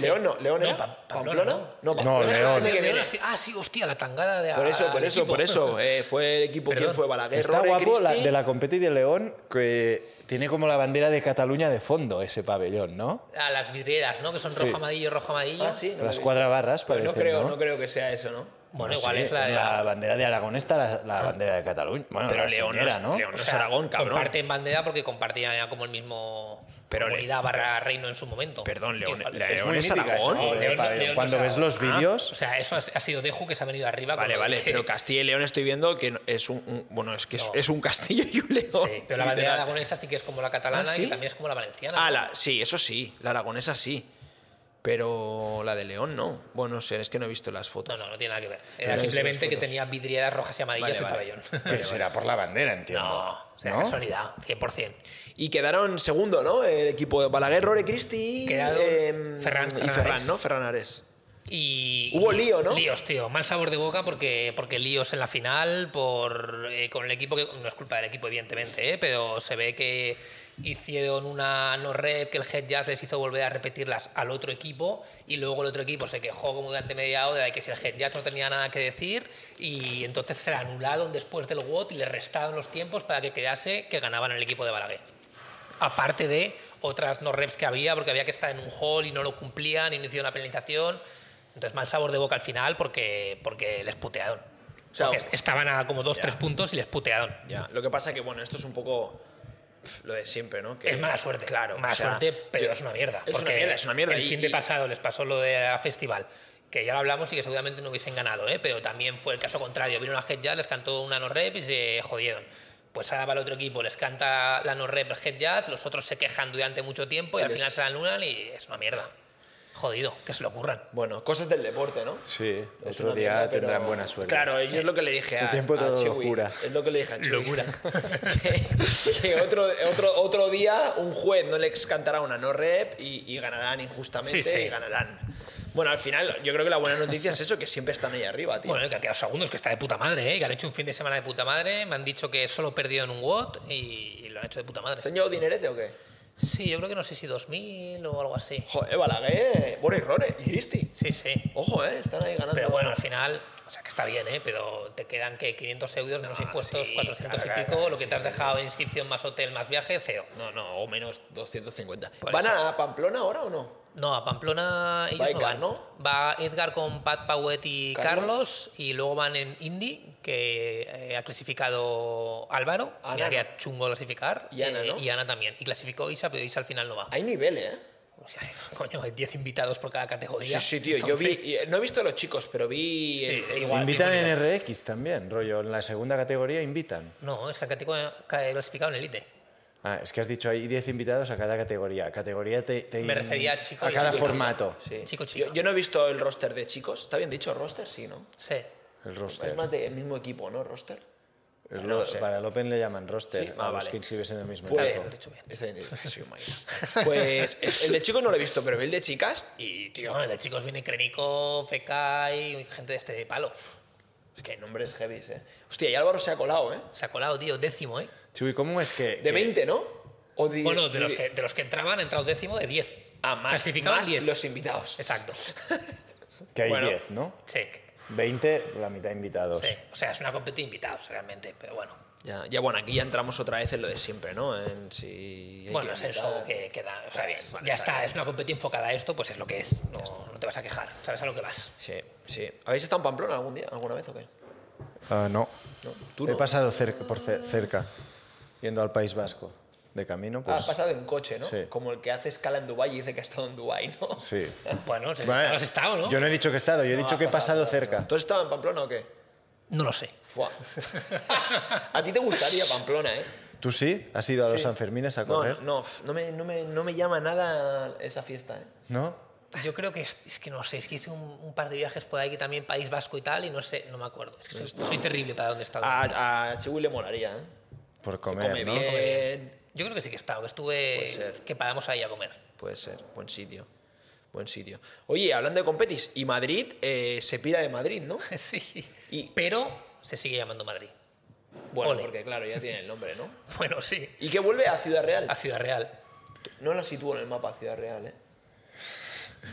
León no, León
No,
era
Pa-
Pamplona.
Pamplona,
No,
No,
Pamplona es la
León.
gente que
León
viene.
así- Ah, sí, hostia, la tangada de
Por eso,
al
por eso,
equipo.
por eso. Eh, fue el equipo quien
Perdón.
fue Balaguer.
Está
Robre,
guapo la-
Cristi.
de la Competi de León, que tiene como la bandera de Cataluña de fondo ese pabellón, ¿no?
A las vidrieras, ¿no? Que son
Sí.
rojo amarillo, rojo amarillo.
Ah, sí, no lo he
Las
visto.
cuadra barras,
Pero
parece,
no creo,
¿no?
no creo que sea eso, ¿no?
Bueno,
No
igual
sé,
es la de
la bandera de Aragón está la, la bandera de Cataluña. Bueno,
Pero
la
León no
señera,
es-
¿no?
León no
O
es
sea,
Aragón, cabrón.
Comparten bandera porque compartían ya como el mismo
Pero le-
comunidad barra reino en su momento.
Perdón, León-
Igual. Eh,
León
Es muy
es
mítica
Aragón.
esa, joder,
León no-
pabellón.
León no
Cuando
es Ah, pues
ves los vídeos,
O sea, eso ha, ha sido Deju que se ha venido arriba. con
Vale,
lo
vale,
que-
pero Castilla y León estoy viendo que no- es un, un- bueno, es que es,
No.
es un castillo y un león.
Sí, pero la bandera
literal.
aragonesa sí que es como la catalana
¿Ah, sí?
y también es como la valenciana.
Ah, la- sí, eso sí, la aragonesa sí. Pero la de León no. Bueno, no sé, es que no he visto las
No,
fotos.
no, no tiene nada que ver. Era
Pero sí,
simplemente
las
que
fotos.
tenía vidrieras rojas y amarillas
Vale, vale.
y
que
pabellón.
será por la bandera, entiendo.
No, o sea,
¿No?
casualidad, 100%.
Y quedaron segundo, ¿no? El equipo de Balaguer, Rore, Cristi y,
Quedaron
em,
Ferran,
y
Ferran
Ferran,
Ares.
¿no? Ferran Ares.
Y,
Hubo
y-
lío, ¿no?
Líos, tío. Mal sabor de boca porque, porque líos en la final, por eh, con el equipo que no es culpa del equipo, evidentemente, ¿eh? pero se ve que hicieron una no rep que el head jazz les hizo volver a repetirlas al otro equipo y luego el otro equipo se quejó como durante media hora de que si el head jazz no tenía nada que decir y entonces se la anularon después del WOT y le restaron los tiempos para que quedase que ganaban el equipo de Balaguer aparte de otras no reps que había, porque había que estar en un hall y no lo cumplían y no hicieron la penalización. Entonces, mal sabor de boca al final porque, porque les putearon.
O sea,
Porque estaban a como dos,
ya.
tres puntos y les putearon.
Ya, lo que pasa que, bueno, esto es un poco pf, lo de siempre, ¿no? Que-
Es mala suerte, claro. Mala
o sea,
suerte, pero
yo-
es una mierda.
Es una
porque
mierda, es una mierda.
El
y-
fin de
y-
pasado les pasó lo de la festival, que ya lo hablamos y que seguramente no hubiesen ganado, ¿eh? pero también fue el caso contrario. Vino la Head Jazz, les cantó una no rep y se jodieron. Pues ahora va el otro equipo, les canta la no rep el Head Jazz, los otros se quejan durante mucho tiempo y al
Les-
final se la anulan y es una mierda. Jodido, que se lo ocurran.
Bueno, cosas del deporte, ¿no?
Sí,
Es
otro
una
día
mierda, pero-
tendrán buena suerte.
Claro, yo es lo que le dije a,
El tiempo
a
todo
Chewy.
locura.
Es lo que le dije a Chewy.
Locura.
que que otro, otro, otro día un juez no les cantará una no rep y, y ganarán injustamente
Sí, sí.
y ganarán. Bueno, al final yo creo que la buena noticia es eso, que siempre están ahí arriba, tío.
Bueno, que ha quedado segundos, que está de puta madre, ¿eh? que han hecho un fin de semana de puta madre. Me han dicho que solo perdieron un WOT y, y lo han hecho de puta madre.
¿Se han llevado dinerete o qué?
Sí, yo creo que no sé si 2000 o algo así.
Joder, Balaguer, Boris Rore y Cristi.
Sí, sí.
Ojo, eh, están ahí ganando.
Pero bueno, al final, o sea que está bien, ¿eh? pero te quedan que 500 euros de los
Ah,
impuestos,
sí,
400
claro,
y pico,
claro,
lo que
sí,
te has
sí,
dejado en inscripción más hotel más viaje, cero.
No, no, o menos 250.
Por
¿Van
eso.
a Pamplona ahora o no?
No, a Pamplona ellos
Va
no
Edgar,
van.
¿no?
Va Edgar con Pat Pauet y
Carlos.
Carlos, y luego van en Indy, que eh, ha clasificado Álvaro,
Ana,
mira que
¿no?
era chungo clasificar, eh,
Y Ana, ¿no?
y Ana también. Y clasificó Isa, pero Isa al final no va.
Hay niveles, ¿eh?
O sea, coño, hay 10 invitados por cada categoría.
Sí, sí, tío.
Pues Entonces,
Yo vi. y- No he visto a los chicos, pero vi.
Sí,
el-
igual.
invitan
digo
en RX también, rollo. En la segunda categoría invitan.
No, es que ha categor- ca- clasificado en Elite.
Ah, es que has dicho hay 10 invitados a cada categoría. Categoría te, te-
Me refería a chico
a
y
cada
chica.
formato.
sí.
Chico,
Yo-
chico.
Yo, no he visto el roster de chicos. ¿Está bien dicho roster? Sí, ¿no?
Sí.
El
Pues
roster.
Es más del mismo equipo, ¿no? Roster.
Es
no
lo-
sé.
Para el Open le llaman roster.
Sí,
a
ah,
los
vale.
que inscribes en el mismo
Pues-
bien, lo
equipo.
has dicho bien.
Está bien dicho, soy un máquina. Pues es- el de chicos no lo he visto, pero vi el de chicas y, tío,
Tío, de chicos viene Krenico, Fecai, gente de este de palo.
es que hay nombres heavy, ¿eh? Hostia, y Álvaro se ha colado, ¿eh?
Se ha colado, tío, décimo, ¿eh?
Chuy, ¿cómo es que...?
De
que-
20, ¿no? O di-
Bueno, de los
di-
que, de los que entraban, han entrado décimo de 10.
Ah, más,
Clasificaban
más
10.
los invitados.
Exacto.
Que hay
Bueno.
10, ¿no?
Sí,
20, la mitad invitados.
sí. O sea, es una competición de invitados realmente, pero bueno.
Ya, ya, bueno, aquí ya entramos otra vez en lo de siempre, ¿no? En si hay
bueno,
que
es eso
invitar.
que, que da. O sea, bien,
vale,
ya
está
está,
bien.
es una competición enfocada a esto, pues es lo que es. No, no te vas a quejar, sabes a lo que vas.
Sí, sí. ¿Habéis estado en Pamplona algún día, alguna vez o qué?
Ah, no.
No, tú
He
no.
pasado cerca, por cer- cerca, yendo al País Vasco. De camino, pues...
Ah, Has pasado en coche, ¿no?
Sí.
Como el que hace escala en Dubái y dice que ha estado en Dubái, ¿no?
Sí.
Bueno, si has
Bueno,
estado, has estado, ¿no?
Yo no he dicho que he estado, yo he dicho que he pasado cerca.
¿Tú has estado en Pamplona o qué?
No lo sé.
Fua. a ti te gustaría Pamplona, ¿eh?
¿Tú sí? ¿Has ido a los Sanfermines a
No,
correr?
no, no, f- no me, no, me, no me llama nada esa fiesta, ¿eh?
¿No?
Yo creo que es, es que no sé, es que hice un, un par de viajes por ahí que también País Vasco y tal, y no sé, no me acuerdo. Es que soy, soy terrible para dónde he
Ah,
estado.
A, a Chiwi le molaría, ¿eh?
Por
Se
comer, ¿no?
come bien.
Yo creo que sí que he estado, que estuve.
Puede ser.
Que paramos ahí a comer.
Puede ser, buen sitio. Buen sitio. Oye, hablando de competis, y Madrid eh, se pira de Madrid, ¿no?
sí.
Y-
Pero se sigue llamando Madrid.
Bueno,
Ole.
porque claro, ya tiene el nombre, ¿no?
Bueno, sí.
Y que vuelve a Ciudad Real.
A Ciudad Real.
No la sitúo en el mapa Ciudad Real, ¿eh?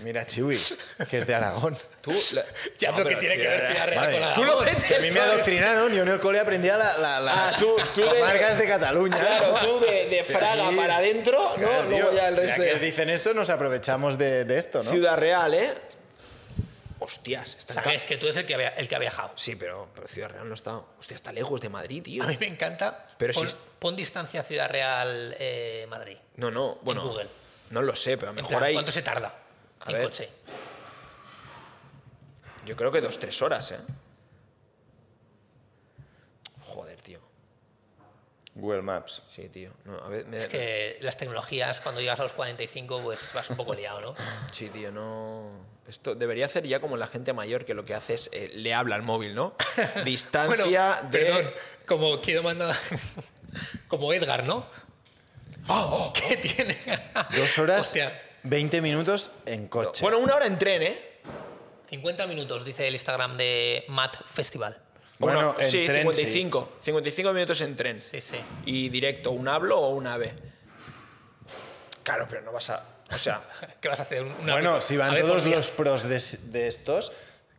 Mira, Chiwi, que es de Aragón.
Tú. la-
Ya,
No,
pero que tiene que ver Ciudad Real
Madre,
con la...
Tú lo metes.
Que a mí me
tío.
adoctrinaron, yo en el cole aprendía la- la- las
Ah, tú- tú de-
comarcas de, Cataluña.
Claro, tú de, de Fraga
Sí.
para adentro, ¿no?
Claro,
Luego
tío,
ya el resto
ya que
de-
dicen esto, nos aprovechamos de, de esto, ¿no?
Ciudad Real, ¿eh? Hostias, está en ca-
Sabes que tú eres el que, via- el que ha viajado.
Sí, pero, pero Ciudad Real no está. Hostia, está lejos de Madrid, tío.
A mí me encanta.
Pero si
pon,
es-
pon distancia Ciudad Real eh, Madrid.
No, no, bueno.
Google.
No lo sé, pero a lo
En
mejor
plan,
hay.
¿Cuánto se tarda
A
en
ver.
coche?
Yo creo que dos, tres horas, ¿eh? Joder, tío.
Google Maps.
Sí, tío. No, a ver, me-
Es que las tecnologías, cuando llegas a los 45, pues vas un poco liado, ¿no?
Sí, tío, no. Esto debería hacer ya como la gente mayor que lo que hace es eh, le habla al móvil, ¿no?
Bueno,
Distancia de.
perdón, como quiero mandar. como Edgar, ¿no?
¡Oh!
¿Qué tiene?
Dos horas,
Hostia,
20 minutos en coche.
Bueno, una hora en tren, ¿eh?
50 minutos, dice el Instagram de Matt Festival.
Bueno, en
sí,
tren,
55. 55 minutos en tren.
Sí, sí.
Y directo, un hablo o un ave. Claro, pero no vas a. O sea,
¿Qué vas a hacer? Una-
Bueno, si
a
van
ver,
todos
por día.
los pros de, de estos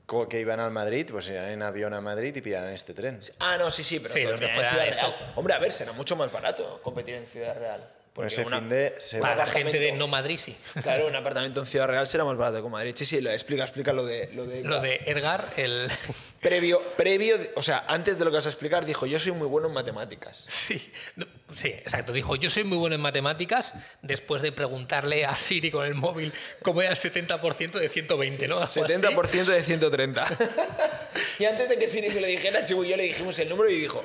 co- que iban al Madrid, pues irán en avión a Madrid y pillarán este tren.
Ah, no, sí, sí, pero
Sí,
todo
los de
tenía en
fuera,
Ciudad
esto.
Real. Hombre, a ver, será mucho más barato competir en Ciudad Real.
Por
Porque
Pues ese
una-
fin de se
Para
va.
la gente de
apartamento.
no Madrid, sí.
Claro, un apartamento en Ciudad Real será más barato que en Madrid. Sí, sí, lo- explica, explica lo de... Lo de,
Lo de Edgar, el.
Previo, previo, o sea, antes de lo que vas a explicar, dijo, yo soy muy bueno en matemáticas.
Sí, no, sí, exacto. Dijo, yo soy muy bueno en matemáticas, después de preguntarle a Siri con el móvil cómo era el 70% de 120, ¿no? Algo así.
70% de 130. y antes de que Siri se lo dijera, Chibu y yo le dijimos el número y dijo,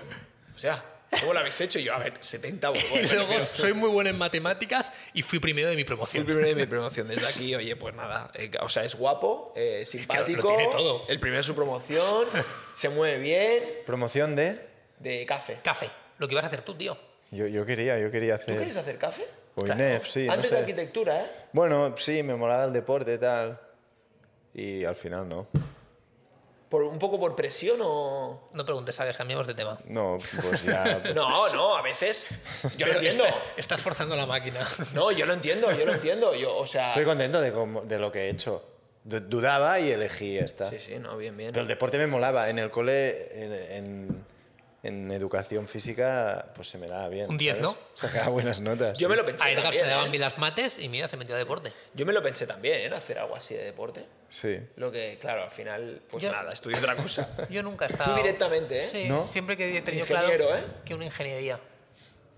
o sea, ¿cómo lo habéis hecho? Y yo, a ver, 70, bueno,
Y
me
luego
refiero.
soy muy bueno en matemáticas y fui primero de mi
Fui el
promoción.
primero de mi promoción. Desde aquí, oye, pues nada. eh, o sea, es guapo, eh,
lo
simpático.
tiene todo.
El primero de su promoción, se mueve bien,
Promoción de.
de café.
Café, lo que ibas a hacer tú, tío.
Yo, yo quería, yo quería
¿Tú quieres
hacer.
hacer café?
Pues
O INEF, sí. no
Antes de
sé.
arquitectura, ¿eh?
Bueno, sí, me molaba el deporte y tal. Y al final no.
Por, un poco por presión o.
No preguntes, sabes, cambiamos de tema.
No, pues ya.
No, no, a veces. Yo lo
Pero
entiendo.
está- estás forzando la máquina.
No, yo lo entiendo, yo lo entiendo. Yo, o sea.
Estoy contento de, cómo- de lo que he hecho. Du- Dudaba y elegí esta.
Sí, sí, no, bien, bien.
Pero el deporte me molaba. En el cole, en, en- en educación física, pues se me daba bien.
Un 10,
¿sabes?
¿no?
Sacaba buenas notas.
Yo
sí.
me lo pensé.
A Edgar
también,
se le daban
¿eh?
bien las mates y mira, se metió a deporte.
Yo me lo pensé también, en hacer algo así de deporte.
Sí.
Lo que, claro, al final, pues
Yo-
nada, estudié otra cosa.
Yo nunca he estado.
directamente, ¿eh?
Sí,
¿No?
siempre que he tenido
Ingeniero,
claro
¿eh?
que una ingeniería.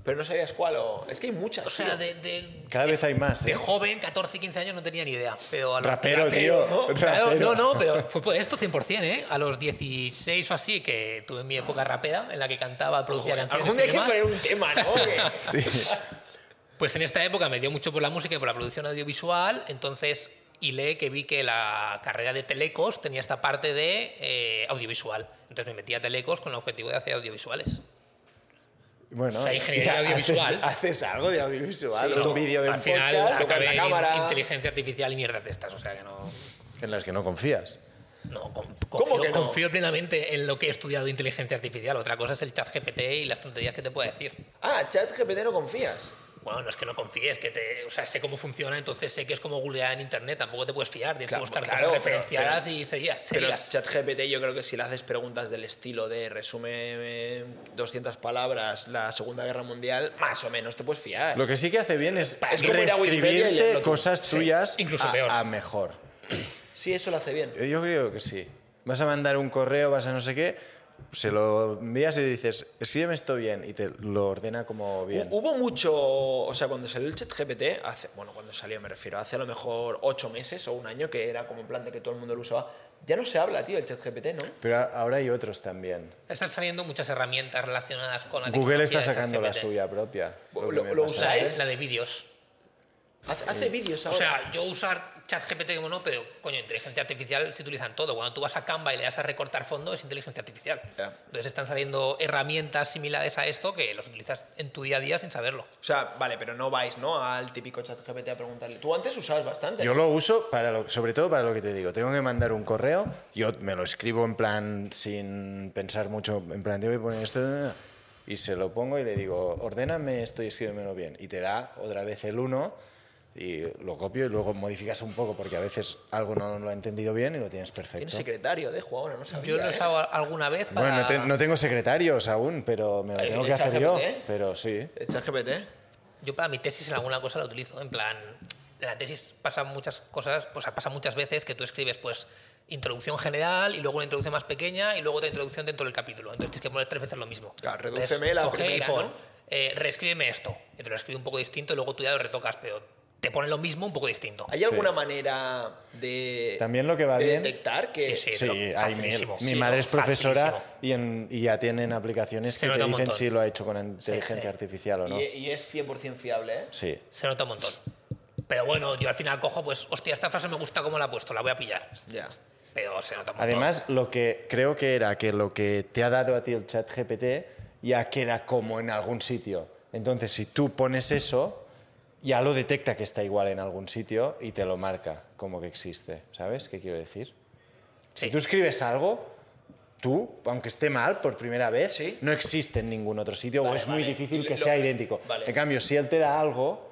Pero no sabías cuál o... Es que hay muchas.
O sea,
tío.
de, de,
Cada vez hay más,
de
¿eh?
joven, 14, 15 años, no tenía ni idea. Pero a los-
Rapero, tío.
¿no?
Claro,
rapero.
no, no, pero fue por esto 100%, ¿eh? A los 16 o así, que tuve mi época rapera, en la que cantaba, producía
Joder,
canciones
algún día
y
hay que
demás.
poner un tema, ¿no? Que-
Sí.
Pues en esta época me dio mucho por la música y por la producción audiovisual, entonces hilé que vi que la carrera de Telecos tenía esta parte de eh, audiovisual. Entonces me metí a Telecos con el objetivo de hacer audiovisuales.
Bueno,
O sea, ingeniería
y haces-
audiovisual.
Haces, algo de audiovisual,
Sí,
un
no,
vídeo de un
Al final
podcast
tocar
acabé
la
en
cámara.
inteligencia artificial y mierdas de estas, o sea que no...
en las que no confías.
No, con-
¿Cómo
confío,
que no?
confío plenamente en lo que he estudiado de inteligencia artificial. Otra cosa es el chat GPT y las tonterías que te puede decir.
Ah, chat GPT no confías.
Bueno, no es que no confíes, que te, o sea, sé cómo funciona, entonces sé que es como googlear en internet, tampoco te puedes fiar, tienes
Claro,
que buscar
claro,
cosas
pero-
referenciadas
pero-
y seguías,
Pero
seguías.
chat GPT yo creo que si le haces preguntas del estilo de resume 200 palabras la Segunda Guerra Mundial, más o menos te puedes fiar.
Lo que sí que hace bien es,
Pa- es como ir a Wikipedia y leerlo
reescribirte
tú.
cosas
Sí,
tuyas
incluso
a-
peor.
a mejor.
Sí, eso lo hace bien.
Yo creo que sí. Vas a mandar un correo, vas a no sé qué, se lo envías y dices, escríbeme esto bien, y te lo ordena como bien.
Hu- Hubo mucho, o sea, cuando salió el chat GPT, hace, bueno, cuando salió me refiero, hace a lo mejor ocho meses o un año, que era como en plan de que todo el mundo lo usaba, ya no se habla, tío, el chat GPT, ¿no?
Pero a- ahora hay otros también.
Están saliendo muchas herramientas relacionadas con la
Google
tecnología
está
de
sacando la
ChatGPT.
suya propia.
Lo-
que
lo-
me
lo
pasa.
La de-
¿Sabes?
La de vídeos.
Hace, hace
Mm.
vídeos
O
ahora.
sea, yo usar ChatGPT como no, pero coño, inteligencia artificial se utiliza en todo. Cuando tú vas a Canva y le das a recortar fondo, es inteligencia artificial.
Ya.
Entonces están saliendo herramientas similares a esto que los utilizas en tu día a día sin saberlo.
O sea, vale, pero no vais, ¿no? Al típico chat GPT a preguntarle. Tú antes usabas bastante.
Yo lo uso para lo- sobre todo para lo que te digo. Tengo que mandar un correo, yo me lo escribo en plan sin pensar mucho, en plan te voy a poner esto y se lo pongo y le digo, ordéname esto y escríbemelo bien. Y te da otra vez el 1 y lo copio y luego modificas un poco porque a veces algo no lo ha entendido bien y lo
Tienes
tienes perfecto.
secretario, dejo ahora, no sabía.
Yo lo he
¿eh?
usado alguna vez para...
Bueno, no, te- no tengo secretarios aún, pero me lo
Ay,
tengo
el
que hacer yo.
ChatGPT.
Pero sí.
El chat GPT.
Yo para mi tesis en alguna cosa la utilizo, en plan, en la tesis pasan muchas cosas, pues pasa muchas veces que tú escribes pues introducción general y luego una introducción más pequeña y luego otra introducción dentro del capítulo. Entonces tienes que poner tres veces lo mismo.
Claro,
Entonces,
redúceme la
coge
primera,
y pon,
¿no?
eh, reescríbeme esto. Y te lo escribe un poco distinto y luego tú ya lo retocas, pero te pone lo mismo un poco distinto.
¿Hay alguna manera de.
También lo que va
de
bien-
detectar que.
Sí,
Sí,
pero
hay mil.
facilísimo.
Mi
Sí,
madre es profesora
facilísimo.
y, en- y ya tienen aplicaciones
Se
que te
nota un
dicen
montón.
si lo ha hecho con inteligencia
sí.
artificial o no.
Y, y es 100% fiable, ¿eh?
Sí.
Se nota un montón. Pero bueno, yo al final cojo, pues, hostia, esta frase me gusta cómo la ha puesto, la voy a pillar.
Ya.
Pero se nota un montón.
Además, lo que creo que era que lo que te ha dado a ti el chat GPT ya queda como en algún sitio. Entonces, si tú pones eso, ya lo detecta que está igual en algún sitio y te lo marca como que existe. ¿Sabes qué quiero decir?
Sí.
Si tú escribes algo, tú, aunque esté mal por primera vez,
Sí.
no existe en ningún otro sitio o
Vale,
es muy
vale.
difícil que
Lo-
sea idéntico.
vale.
En cambio, si él te da algo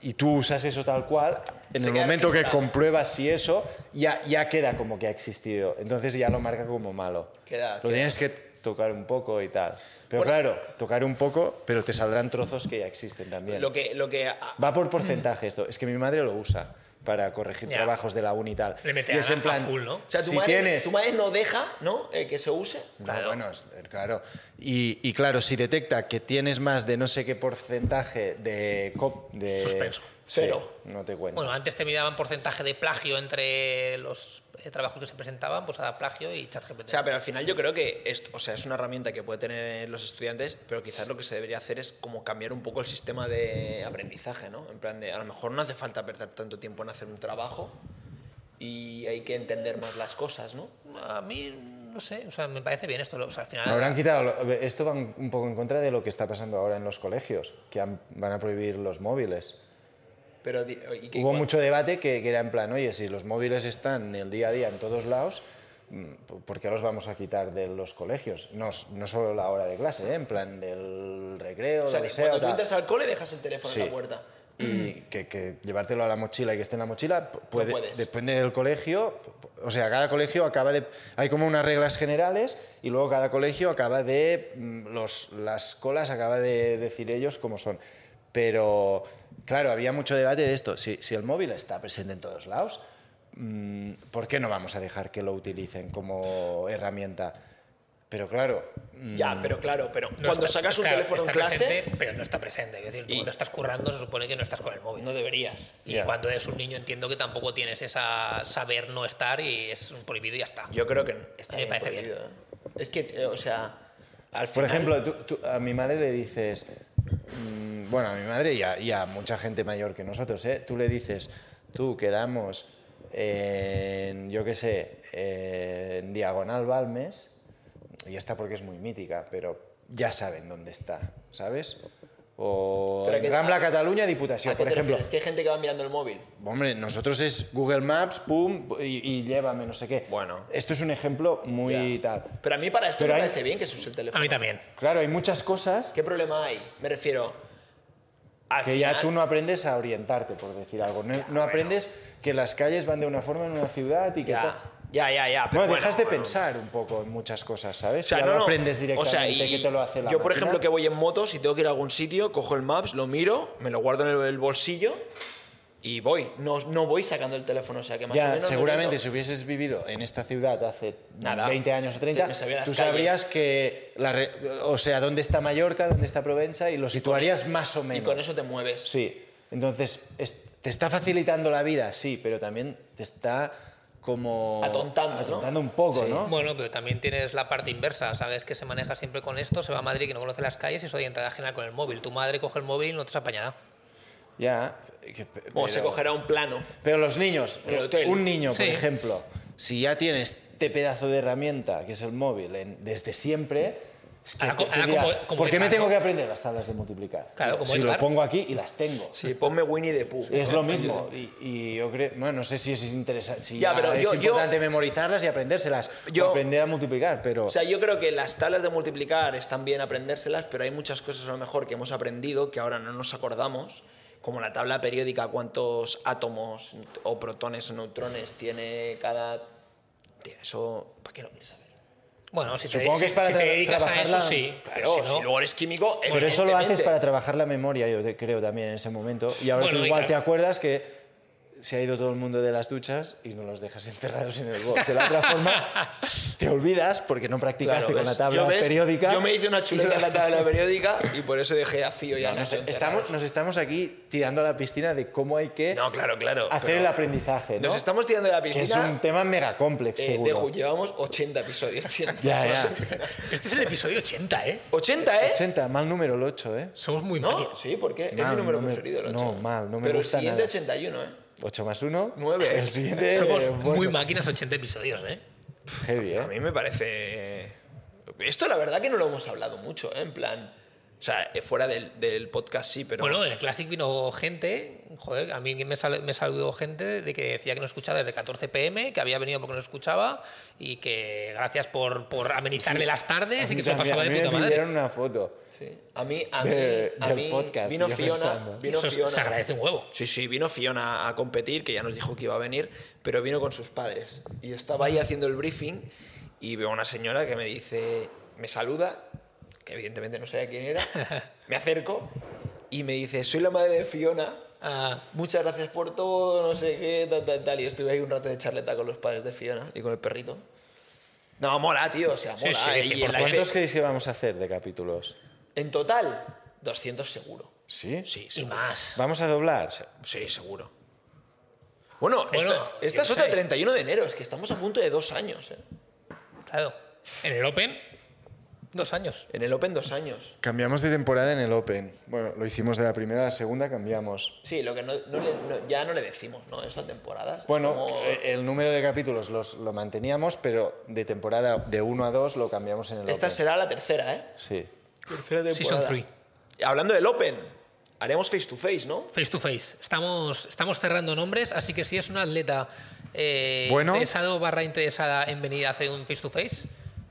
y tú usas eso tal cual, en
Se
el
queda
momento que
registrado.
compruebas si eso, ya, ya queda como que ha existido. Entonces ya lo marca como malo.
Queda-
lo
queda.
tienes que tocar un poco y tal. Pero
Bueno.
claro, tocar un poco, pero te saldrán trozos que ya existen también.
Lo que. Lo que a-
Va por porcentaje esto. Es que mi madre lo usa para corregir
Ya.
trabajos de la uni y tal.
Le mete
y es
a-
en plan,
a full, ¿no?
o sea, tu,
si
madre,
tienes...
tu madre no deja, ¿no? Eh, que se use.
No,
Claro.
bueno, es- eh, claro. Y, y claro, si detecta que tienes más de no sé qué porcentaje de... cop- de
Suspenso.
Sí,
Cero.
no te cuento.
Bueno, antes te miraban porcentaje de plagio entre los eh, trabajos que se presentaban, pues ahora plagio y ChatGPT.
O sea, pero al final yo creo que esto, o sea, es una herramienta que puede tener los estudiantes, pero quizás lo que se debería hacer es como cambiar un poco el sistema de aprendizaje, ¿no? En plan de, a lo mejor no hace falta perder tanto tiempo en hacer un trabajo y hay que entender más las cosas, ¿no?
a mí, no sé, o sea, me parece bien esto. lo- O sea, al final,
Habrán quitado... lo- Esto va un un poco en contra de lo que está pasando ahora en los colegios, que han- van a prohibir los móviles.
Pero di- y que-
Hubo
cua-
mucho debate que, que era en plan, oye, si los móviles están el día a día en todos lados, mm, ¿por- ¿por qué los vamos a quitar de los colegios? No, s- no solo la hora de clase, ¿eh? en plan del recreo,
o sea,
lo
que
que sea.
cuando tú
tal.
entras al cole dejas el teléfono en
Sí.
la puerta.
Y que, que llevártelo a la mochila y que esté en la mochila, p- puede-
puedes.
depende del colegio, p- p- o sea, cada colegio acaba de... Hay como unas reglas generales y luego cada colegio acaba de... mm, Los, las colas acaba de decir ellos cómo son. Pero, claro, había mucho debate de esto. Si, si el móvil está presente en todos lados, mm, ¿por qué no vamos a dejar que lo utilicen como herramienta? Pero claro,
Ya, pero claro, pero
No
cuando
está-
sacas un
claro,
teléfono en
está
clase,
presente, pero no está presente. Es decir, tú
Y-
cuando estás currando se supone que no estás con el móvil.
pues no deberías.
y
Ya.
cuando eres un niño entiendo que tampoco tienes esa saber no estar y es un prohibido y ya está.
Yo creo que está
A mí
bien
me parece bien.
prohibido. ¿eh? Es que, eh, o sea, al final-
Por ejemplo, tú- tú- a mi madre le dices, mm, bueno, a mi madre y a, y a mucha gente mayor que nosotros, ¿eh? tú le dices, tú quedamos en, yo qué sé, en Diagonal Balmes, y esta porque es muy mítica, pero ya saben dónde está, ¿sabes? O
Pero
en
que-
Rambla,
a-
Cataluña,
¿a
Diputación,
qué
por
te
ejemplo.
refieres? Que hay gente que va mirando el móvil.
Hombre, nosotros es Google Maps, pum, y, y llévame, no sé qué.
Bueno.
Esto es un ejemplo muy
Ya.
tal.
Pero a mí para esto
Pero
me
hay-
parece bien que se use el teléfono.
A mí también.
Claro, hay muchas cosas
¿Qué problema hay? Me refiero. Al
Que ya
final-
tú no aprendes a orientarte, por decir algo. No, no aprendes que las calles van de una forma en una ciudad y que...
Ya,
tal.
ya, ya. ya, pero
Bueno, dejas de
bueno.
pensar un poco en muchas cosas, ¿sabes?
O sea,
ya
no,
lo
no.
aprendes
O
directamente,
sea, y
que te lo hace la
Yo, por
máquina.
ejemplo, que voy en moto, si tengo que ir a algún sitio, cojo el maps, lo miro, me lo guardo en el, el bolsillo y voy. No, no voy sacando el teléfono, o sea que más o
Ya,
menos me
seguramente
oriento.
si hubieses vivido en esta ciudad hace
Nada.
20 años o 30,
Me sabía las
tú
calles.
sabrías que... la re- O sea, dónde está Mallorca, dónde está Provenza y lo situarías más o
Y
menos.
con eso te mueves.
Sí, entonces es- te está facilitando la vida, sí, pero también te está como...
Atontando, ¿no?
atontando un poco, ¿no?
Bueno, pero también tienes la parte inversa, ¿sabes? Que se maneja siempre con esto, se va a Madrid que no conoce las calles y es orientada general con el móvil. Tu madre coge el móvil y no te has apañado.
Ya. que- pe-
O se
pero-
cogerá un plano.
Pero los niños,
El hotel.
un niño, por
Sí.
ejemplo, si ya tiene este pedazo de herramienta que es el móvil en- desde siempre, es que
Ahora
te-
co-
te
ahora
dirá,
como- como
¿por qué me
Edgar,
tengo
¿no?
que aprender las tablas de multiplicar?
Claro, como
si lo
Edgar.
pongo aquí y las tengo.
Sí, ponme Winnie the Pooh.
Es lo mismo. Y, y yo creo, bueno, no sé si es interesante, si
Ya,
ya
pero
es
yo- yo-
importante memorizarlas y aprendérselas,
Yo-
o aprender a multiplicar, pero
O sea, yo creo que las tablas de multiplicar están bien aprendérselas, pero hay muchas cosas a lo mejor que hemos aprendido que ahora no nos acordamos, como la tabla periódica, cuántos átomos o protones o neutrones tiene cada... Tío, eso, ¿para qué lo quieres saber?
Bueno, si te,
Supongo que es
si-
para
si te
tra-
dedicas a
trabajarla-
eso, sí.
Claro,
Pero si
si
no-
luego eres químico,
Pero eso lo haces
Eh, evidentemente.
para trabajar la memoria, yo te- creo también en ese momento. Y ahora
Bueno,
tú
y
igual
claro.
te acuerdas que se ha ido todo el mundo de las duchas y no los dejas encerrados en el box. De la otra forma, te olvidas porque no
Claro,
practicaste con la
¿ves?
tabla
Yo, ¿ves?
periódica.
Yo me hice una chuleta en la tabla periódica y por eso dejé a Fío ya.
No, nos, estamos, nos estamos aquí tirando a la piscina de cómo hay que
No, claro, claro.
hacer
pero
el aprendizaje. ¿no?
Nos estamos tirando de la
que
piscina.
es un tema mega complejo,
eh, de
seguro.
Ju- llevamos 80 episodios, tío.
ya, ya.
Este es el episodio 80, ¿eh?
80, ¿eh?
80, mal número el 8, ¿eh?
Somos muy
¿No?
máquinas.
Sí, porque es mi
Mal,
número
no me-
preferido, el
no,
8.
mal, no me
Pero
gusta
el siguiente
nada.
81, ¿eh?
8 más 1.
Nueve.
El siguiente.
Somos
eh,
muy
bueno,
máquinas 80 episodios, ¿eh?
heavy, ¿eh?
A mí me parece... eh, Esto la verdad que no lo hemos hablado mucho, ¿eh? En plan... O sea, eh, fuera del, del podcast sí, pero...
Bueno, en el Classic vino gente, joder, a mí me, sal- me saludó gente de que decía que no escuchaba desde 14 pm, que había venido porque no escuchaba y que gracias por, por amenizarle las tardes y que se lo pasaba
A
de
mí
puta
me
madre.
pidieron una foto.
sí. A mí, a mí,
De-
a
del
mí
podcast,
vino
yo
Fiona,
pensando.
vino
Eso es-
Fiona.
se agradece un huevo.
Sí, sí, vino Fiona a competir, que ya nos dijo que iba a venir, pero vino con sus padres. Y estaba ahí haciendo el briefing y veo a una señora que me dice, me saluda, que evidentemente no sabía quién era, me acerco y me dice, soy la madre de Fiona,
Ah,
muchas gracias por todo, no sé qué, tal, tal, tal. Y estuve ahí un rato de charleta con los padres de Fiona y con el perrito. No, mola, tío, o sea,
Sí,
mola.
sí,
Y en, la
100%.
¿Cuántos
F-
creéis que vamos a hacer de capítulos?
en total, 200 seguro.
¿Sí?
Sí,
y
seguro.
más.
¿Vamos a doblar?
Sí, seguro. Bueno,
Bueno,
esta, esta
yo
es
qué
otra
sé.
31 de enero, es que estamos a punto de dos años. eh.
Claro. En el Open, dos años.
En el Open dos años.
Cambiamos de temporada en el Open. Bueno, lo hicimos de la primera a la segunda, cambiamos.
Sí, lo que no, no le- no- ya no le decimos, ¿no? Esta temporada. es
Bueno,
como-
eh, el número de capítulos los, lo manteníamos, pero de temporada de 1 a 2 lo cambiamos en el
esta
Open.
será la tercera, ¿eh?
Sí.
Tercera
Season three.
Hablando del Open, haremos face to face, ¿no?
Face to face. Estamos, estamos cerrando nombres, así que si es un atleta eh,
Bueno.
interesado barra interesada en venir a hacer un face to face,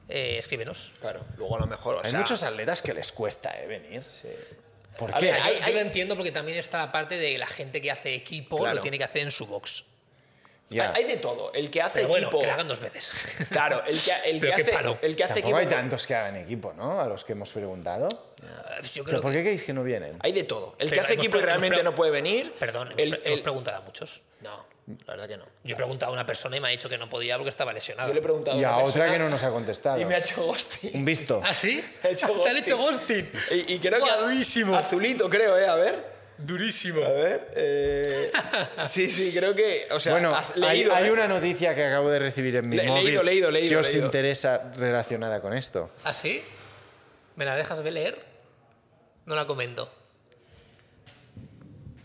eh, escríbenos.
Claro, luego a lo mejor. o
Hay
sea,
muchos atletas que les cuesta eh, venir. ¿Por
A
qué?
ver,
Yo-
hay-
yo,
hay-
lo entiendo porque también está la parte de la gente que hace equipo
Claro.
lo tiene que hacer en su box.
Ya.
Hay, hay de todo. El que hace
Pero bueno,
equipo.
que la hagan dos veces.
Claro, el que, el que
Pero qué
hace,
palo.
el que hace
Tampoco
equipo.
hay tantos que hagan equipo, ¿no? A los que hemos preguntado.
Yo creo
¿Pero por
que...
qué creéis que no vienen?
Hay de todo. El que
Pero
hace
hemos
equipo y
pre-
realmente
hemos pre-
no puede venir.
Perdón,
el-
hemos pre-
el-
hemos preguntado a muchos.
No, la verdad que no.
Yo he preguntado a una persona y me ha dicho que no podía porque estaba lesionado.
Yo le he preguntado
Y a
una
otra
persona
que no nos ha contestado.
Y me ha hecho ghosting.
Un visto.
¿Ah, sí?
He hecho
Te han hecho
ghosting.
ghosting.
Y, y creo que.
Guau, durísimo.
Azulito, creo, ¿eh? A ver.
Durísimo.
A ver. eh, sí, sí, creo que. O sea,
bueno,
haz-
hay,
leído,
hay
¿eh?
una noticia que acabo de recibir en mi
Le-
móvil
leído, leído, leído,
que os
leído.
interesa relacionada con esto.
¿Ah, sí? ¿Me la dejas ver leer? No la comento.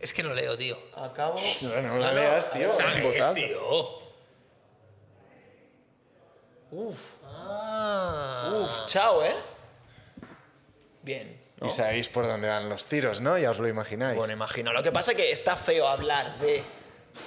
Es que no leo, tío.
Acabo.
No, no la leas, tío.
¿Sabes,
botazo.
tío?
Uf,
Uh.
Ah.
uf, chao, ¿eh? Bien.
Y sabéis por dónde van los tiros, ¿no? Ya os lo imagináis.
Bueno, imagino. Lo que pasa es que está feo hablar de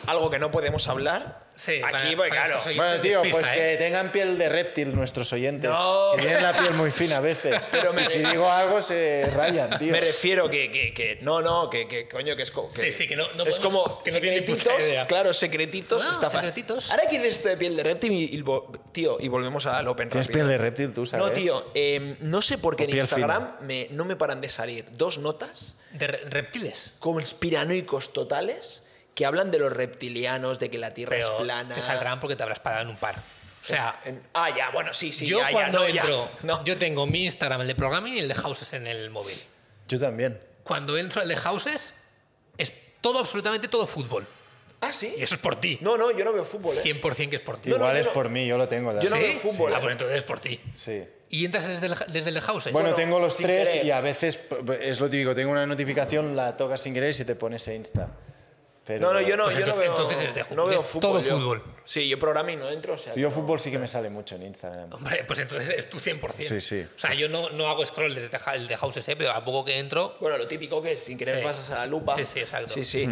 algo que no podemos hablar.
Sí,
Aquí,
para-
pues
para
claro.
estos oyentes.
Bueno, tío, pues
Despista,
que tengan piel de reptil nuestros oyentes.
¿eh? No.
Que tienen la piel muy fina a veces.
Pero
Pero
me-
si digo algo se rayan, tío.
Me refiero que, que, que no, no, que, que coño, que es como.
Sí, sí, que no- no
es
podemos-
como
que no tiene ni puta
secretitos,
idea.
claro, secretitos.
No,
está fa-
secretitos.
Ahora que dices esto de piel de reptil y, y vo- tío, y volvemos al Open
¿Tienes
rápido.
piel de reptil tú, sabes?
No, tío, eh, no sé por qué
O
en
piel
Instagram me- no me paran de salir dos notas
De re- reptiles.
conspiranoicos totales que hablan de los reptilianos, de que la Tierra
Pero
es plana.
te saldrán porque te habrás pagado en un par. O sea,
En- ah, ya, bueno, sí, sí,
yo
ya, ya,
cuando
no, ya.
entro,
No.
yo tengo mi Instagram, el de programming y el de houses en el móvil.
Yo también.
Cuando entro al de houses, es todo, absolutamente todo fútbol.
Ah, sí.
Y eso es por ti.
No, no, yo no veo fútbol, ¿eh?
100% que es por ti.
No,
Igual
no, yo
es
no-
por mí, yo lo tengo.
Yo no
también.
veo fútbol,
Ah,
¿eh?
pues entonces es por ti.
Sí.
Y entras desde el, desde el de houses.
Bueno,
Bueno,
tengo los
sin
tres
querer.
y a veces p- p- es lo típico. Tengo una notificación, la tocas sin querer y se te pone ese Insta. Pero
No, no, yo no,
Pues
yo no
entonces-
veo,
entonces es de ju-
no veo
es
fútbol.
todo
yo.
fútbol.
Sí, yo programming no entro, o sea.
Yo fútbol sí que me sale mucho en Instagram.
Hombre, pues entonces es tu 100%.
Sí, sí.
O sea, yo no, no hago scroll desde ja- el de houses, ¿eh? pero a poco que entro,
Bueno, lo típico que es, sin querer
Sí.
pasas a la lupa.
Sí, sí, exacto. Mm.
Sí, sí.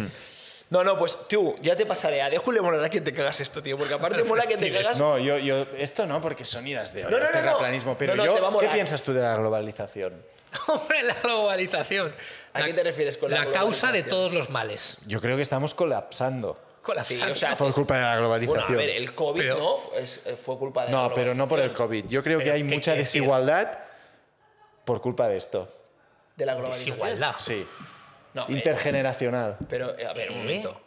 No, no, pues tú, ya te pasaré. A Deju le molará que te cagas esto, tío, porque aparte mola que te
Reptiles.
cagas.
No, yo, yo, esto no, porque son idas de
No,
olla,
no, no, no.
terraplanismo. Pero
No, no, te va a
yo, ¿qué
molar.
piensas tú de la globalización?
Hombre, la globalización.
¿A
La-
qué te refieres con la
La causa de
globalización?
todos los males.
Yo creo que estamos colapsando
Sí, o sea,
por culpa de la
bueno,
globalización.
a ver, el COVID,
Pero-
¿no? F- es- eh, fue culpa de.
no,
la
pero no por el
globalización.
COVID. Yo creo que
Pero,
hay
¿qué
mucha
quiere decir?
desigualdad por culpa de esto.
De la globalización.
desigualdad.
Sí,
No, eh,
intergeneracional.
pero, eh, a ver, un
¿Qué?
momento.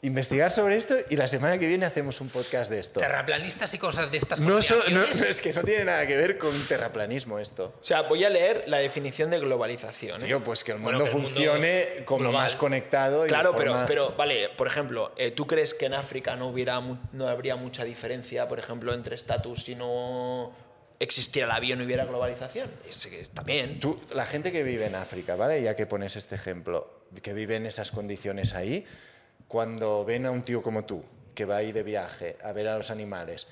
Investigar sobre esto y la semana que viene hacemos un podcast de esto.
Terraplanistas y cosas de estas.
No, so- no,
conspiraciones.
es que no tiene nada que ver con terraplanismo esto.
O sea, voy a leer la definición de globalización. ¿eh?
Tío, pues que el mundo
Bueno, que el mundo
funcione como
global.
más conectado. Y
Claro,
de
pero,
forma-
pero vale, por ejemplo, eh, ¿tú crees que en África no, hubiera, mu- no habría mucha diferencia, por ejemplo, entre estatus si no existiera el avión y hubiera globalización? Es que es- también.
Tú, la gente que vive en África, ¿vale? Ya que pones este ejemplo, que vive en esas condiciones ahí, cuando ven a un tío como tú, que va ahí de viaje a ver a los animales,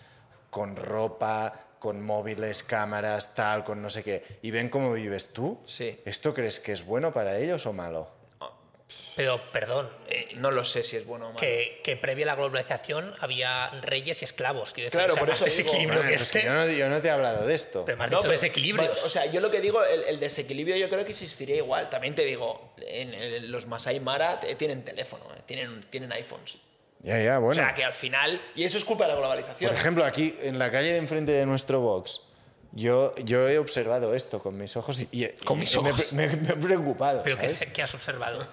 con ropa, con móviles, cámaras, tal, con no sé qué, y ven cómo vives tú,
Sí.
¿esto crees que es bueno para ellos o malo?
Pero, perdón, eh,
No lo sé si es bueno o malo.
que, que previa a la globalización había reyes y esclavos. Quiero decir,
Claro,
o sea,
por
más
eso digo-
desequilibrio
Bueno,
que
pues
este.
que yo, no, yo no te he hablado de esto.
Pero me has
No,
dicho
pero-
desequilibrios.
O sea, yo lo que digo, el, el desequilibrio yo creo que existiría igual. También te digo, en, en los Masai Mara eh, tienen teléfono, eh, tienen, tienen iPhones.
Ya, ya, bueno.
O sea, que al final. Y eso es culpa de la globalización.
Por ejemplo, aquí en la calle de enfrente de nuestro box, yo, yo he observado esto con mis ojos y, y-
Con
y
mis
me,
ojos.
me- me he preocupado.
pero ¿qué,
¿sabes?
se- qué has observado?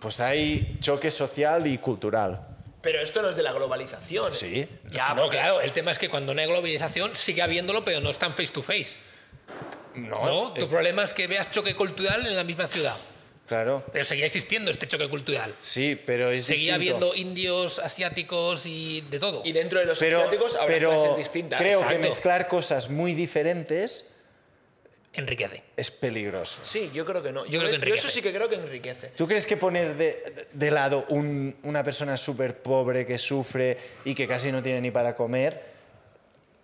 Pues hay choque social y cultural.
Pero esto no es de la globalización.
Sí.
Ya,
no,
porque-
claro, el tema es que cuando no hay globalización sigue habiéndolo, pero no están face to face. No, tu
es-
problema es que veas choque cultural en la misma ciudad.
claro.
Pero seguía existiendo este choque cultural.
Sí, pero es
Seguía
distinto.
habiendo indios, asiáticos y de todo.
Y dentro de los
pero,
asiáticos habrá
pero
clases distintas.
creo que
exacto.
mezclar cosas muy diferentes
Enriquece.
es peligroso.
Sí, yo creo que no. Yo,
creo
es- yo eso
que enriquece.
sí que creo que enriquece.
¿Tú crees que poner de, de lado un- una persona súper pobre que sufre y que casi no tiene ni para comer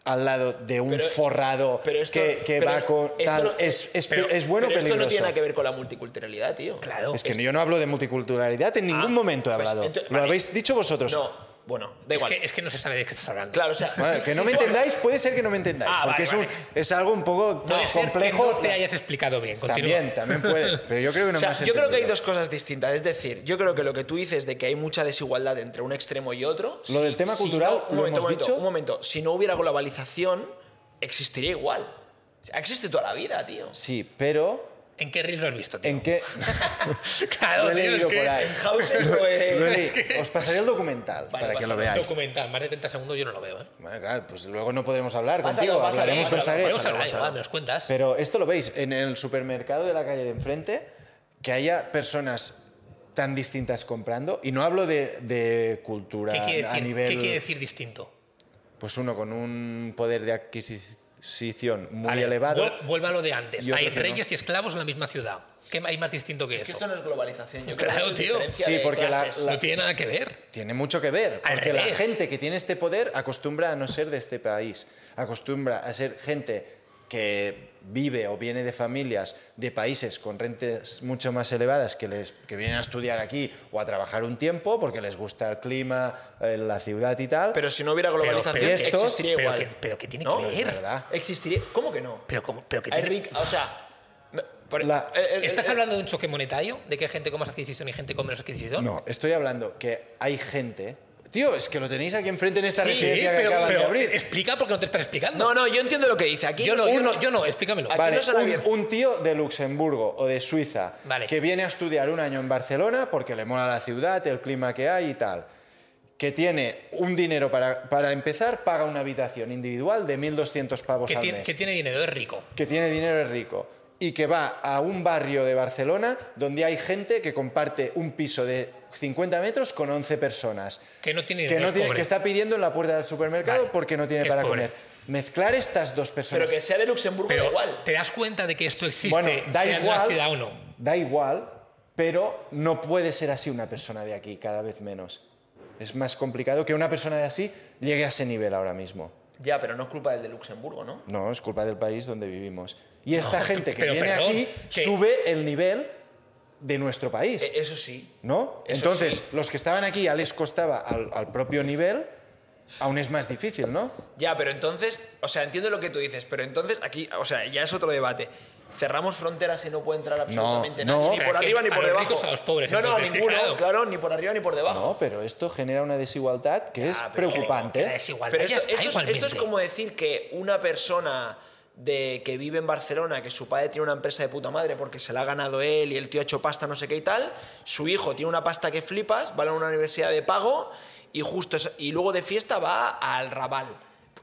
al lado de un
Pero-
forrado
pero esto-
que, que
pero
va
es-
con
esto
tal?
no-
es, es-
pero-
es bueno o
Pero
peligroso?
esto no tiene nada que ver con la multiculturalidad, tío.
Claro.
Es que yo no hablo de multiculturalidad, en ningún momento he
pues,
hablado.
entonces-
Lo
vale.
habéis dicho vosotros.
No. Bueno, da
es,
igual.
que, es que no se sabe de qué estás hablando.
Claro, o sea.
Bueno, que no me entendáis, puede ser que no me entendáis,
Ah,
porque
vale,
es, un-
vale.
es algo un poco
Puede ser
complejo.
que no te hayas explicado bien. Continúa.
También, también puede, pero yo creo que
O
no
sea,
me has
yo creo que hay
entendido.
dos cosas distintas. Es decir, yo creo que lo que tú dices de que hay mucha desigualdad entre un extremo y otro.
Lo del tema
un
cultural, ¿lo
momento,
hemos
un momento,
dicho?
un momento. Si no hubiera globalización, existiría igual. O sea, existe toda la vida, tío.
Sí, pero
¿En qué reel lo has visto, tío?
¿en qué? Lo
Claro,
he
tío, es
leído
que-
por ahí.
House es lo de-
Lo he leído. Os pasaré el documental
Eh, Vale,
para que
pásame
lo
un
veáis.
documental, más de 30 segundos yo no lo veo, ¿eh?
Bueno, claro, pues luego no podremos hablar
Pásalo,
contigo,
pásalo,
hablaremos
pásalo,
con Saguer.
pásalo,
Podemos hablar,
pásalo.
igual, me los cuentas.
Pero esto lo veis, en el supermercado de la calle de enfrente, que haya personas tan distintas comprando, y no hablo de, de cultura
¿Qué, quiere
a
decir,
nivel...
¿Qué quiere decir distinto?
Pues uno con un poder de adquisición muy
Vale,
elevado.
vuel- Vuelva a lo de antes.
y otro
Hay
que no.
reyes y esclavos en la misma ciudad. ¿Qué hay más distinto que
Es que
eso?
esto no es globalización, yo
Claro,
creo. que es
tío.
diferencia
Sí,
de
porque la-
clases.
la-
No tiene nada que ver.
Tiene mucho que ver,
Al
porque la
revés.
gente que tiene este poder acostumbra a no ser de este país, acostumbra a ser gente que vive o viene de familias de países con rentas mucho más elevadas que, les, que vienen a estudiar aquí o a trabajar un tiempo porque les gusta el clima, eh, la ciudad y tal.
Pero si no hubiera globalización,
pero estos-
existiría
pero
igual.
que- pero que tiene
¿No?
que
es
ver.
verdad.
Existiría. ¿Cómo que no?
Pero, como- pero que
Hay
tiene-
ric- O sea. no, por-
La-
el- el-
¿Estás
el-
hablando de un choque monetario? ¿De que hay gente con más adquisición y gente con menos adquisición?
No, estoy hablando que hay gente... Tío, es que lo tenéis aquí enfrente en esta
Sí,
residencia que
pero,
acaban
pero
de abrir.
explica porque no te estás explicando.
No, no, yo entiendo lo que dice. Aquí
yo,
no
no,
se-
yo no, yo no, explícamelo.
Aquí
Vale,
no se da bien.
un, un tío de Luxemburgo o de Suiza
Vale.
que viene a estudiar un año en Barcelona porque le mola la ciudad, el clima que hay y tal, que tiene un dinero para, para empezar, paga una habitación individual de 1.200 pavos
que,
al
tiene,
mes,
que tiene dinero, es rico.
que tiene dinero es rico y que va a un barrio de Barcelona donde hay gente que comparte un piso de 50 metros con 11 personas
Que no tiene
que,
dinero,
no
es
tiene,
pobre.
que está pidiendo en la puerta del supermercado
Vale,
porque no tiene
que es
para
pobre.
comer. Mezclar estas dos personas
Pero que sea de Luxemburgo,
Pero
da igual.
te das cuenta de que esto existe,
bueno, da
sea de la
igual,
ciudad o no.
Da igual, pero no puede ser así una persona de aquí, cada vez menos. Es más complicado que una persona de así llegue a ese nivel ahora mismo.
Ya, pero no es culpa del de Luxemburgo, ¿no?
No, es culpa del país donde vivimos. Y esta gente que
pero
viene
perdón,
aquí
que- Eh,
sube el nivel de nuestro país,
E- Eso sí.
¿no?
eso
Entonces,
sí.
los que estaban aquí ya les costaba al, al propio nivel, aún es más difícil, ¿no?
Ya, pero entonces, o sea, entiendo lo que tú dices, pero entonces aquí, o sea, ya es otro debate. Cerramos fronteras y no puede entrar absolutamente
no,
nadie, ni
pero
por
es que
arriba ni
a
por
los
debajo.
ricos, a los pobres,
no, no,
entonces, que
ninguno,
claro.
claro. ni por arriba ni por
Ah.
debajo.
No, pero esto genera una desigualdad que es
Ah, pero-
preocupante.
La desigualdad
Pero
ya
esto,
está
esto es- esto es
igualmente.
como decir que una persona de, que vive en Barcelona, que su padre tiene una empresa de puta madre porque se la ha ganado él y el tío ha hecho pasta, no sé qué y tal, su hijo tiene una pasta que flipas, va a una universidad de pago y, justo eso- y luego de fiesta va al Raval.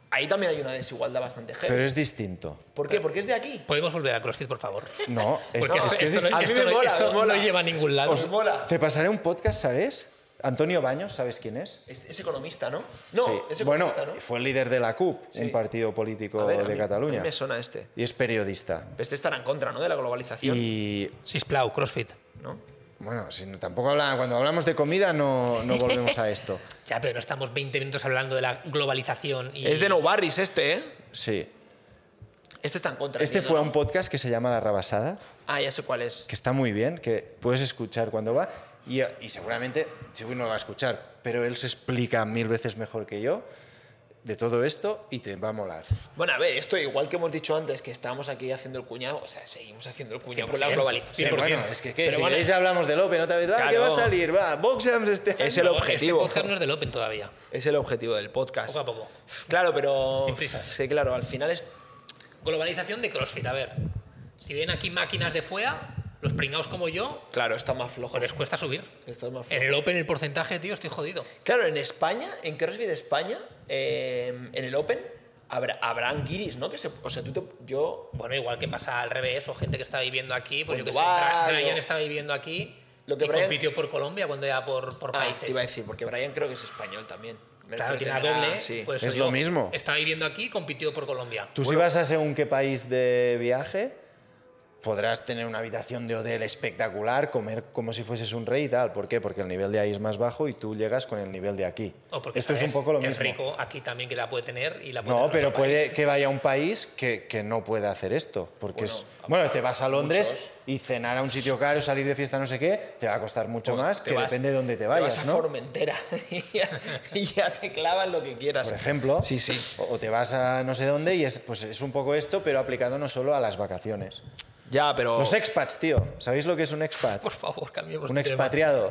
Ahí también hay una desigualdad bastante
Pero
heavy.
es distinto.
¿Por qué? Porque es de aquí.
Podemos volver a CrossFit, por favor.
No, es,
Porque
es
esto,
que es
esto
distinto.
no,
A mí
esto
me
no-
mola,
esto
me
no
mola.
lleva a ningún lado.
Os mola.
Te pasaré un podcast, ¿sabes? Antonio Baños, ¿sabes quién es?
Es, es economista, ¿no? No,
Sí.
es economista,
Bueno,
¿no?
fue el líder de la CUP, un
Sí.
partido político
A ver, a
de
mí-
Cataluña.
a mí me suena este.
Y es periodista.
Este estará en contra, ¿no? De la globalización,
Y
Sisplau, CrossFit.
¿no?
bueno, si no- tampoco habla- cuando hablamos de comida no, no volvemos a esto.
Ya, pero no estamos 20 minutos hablando de la globalización y...
Es de No Barris este, ¿eh?
Sí.
Este está en contra.
Este
entiendo,
fue
¿no?
un podcast que se llama La Rabasada,
Ah, ya sé cuál es.
que está muy bien, que puedes escuchar cuando va. Y, y seguramente, Chiwi no lo va a escuchar, pero él se explica mil veces mejor que yo de todo esto y te va a molar.
Bueno, a ver, esto igual que hemos dicho antes, que estábamos aquí haciendo el cuñado, o sea, seguimos haciendo el cuñado con la
100%.
Sí,
globalización.
Pero
bueno,
bien.
es que ¿qué?
Pero
si
bueno.
queréis hablamos del Open otra vez, va, ¿qué
Claro.
va a salir? Va, Boxams este año.
Es el objetivo.
Este podcast no es del Open todavía.
Es el objetivo del podcast.
Poco a poco.
Claro, pero.
Sin prisas.
Sí, claro, al final es.
Globalización de CrossFit, a ver. Si vienen aquí máquinas de fuera, los pringados como yo,
Claro, está más flojo.
pues les cuesta subir.
Está más
En
flojo.
el Open el porcentaje, tío, estoy jodido.
Claro, en España, en CrossFit España, eh, en el Open, habrá, habrán guiris, ¿no? Que se, o sea, tú te, yo.
Bueno, igual que pasa al revés, o gente que está viviendo aquí, pues
O
yo que sé,
Dubái,
Bra- Brian
o-
está viviendo aquí
Lo que
y
Brian-
compitió por Colombia cuando era por, por
Ah,
países.
te iba a decir, porque Brian creo que es español también. Me
Claro,
refiero,
tiene la
tendrá-
doble.
sí.
pues
Es
soy
lo
yo.
mismo.
Está viviendo aquí, compitió por Colombia.
Tú si vas a según qué país de viaje, podrás tener una habitación de hotel espectacular, comer como si fueses un rey y tal. ¿Por qué? Porque el nivel de ahí es más bajo y tú llegas con el nivel de aquí.
O porque,
Esto es
¿sabes?
un poco lo
el
mismo.
rico aquí también que la puede tener y la puede
No,
tener en
pero
otro
puede
país.
que vaya a un país que, que no pueda hacer esto. Porque es, bueno te vas a Londres y cenar a un sitio caro, salir de fiesta, no sé qué, te va a costar mucho más,
Te
que
vas-
depende de dónde te vayas,
vas a
¿no?
Formentera y ya, y ya te clavan lo que quieras.
Por ejemplo.
Sí, sí.
O o te vas a no sé dónde y es, pues es un poco esto, pero aplicado no solo a las vacaciones.
Ya, pero.
Los expats, tío. ¿Sabéis lo que es un expat?
Oh. Por favor, cambiemos
Un
de tema.
expatriado.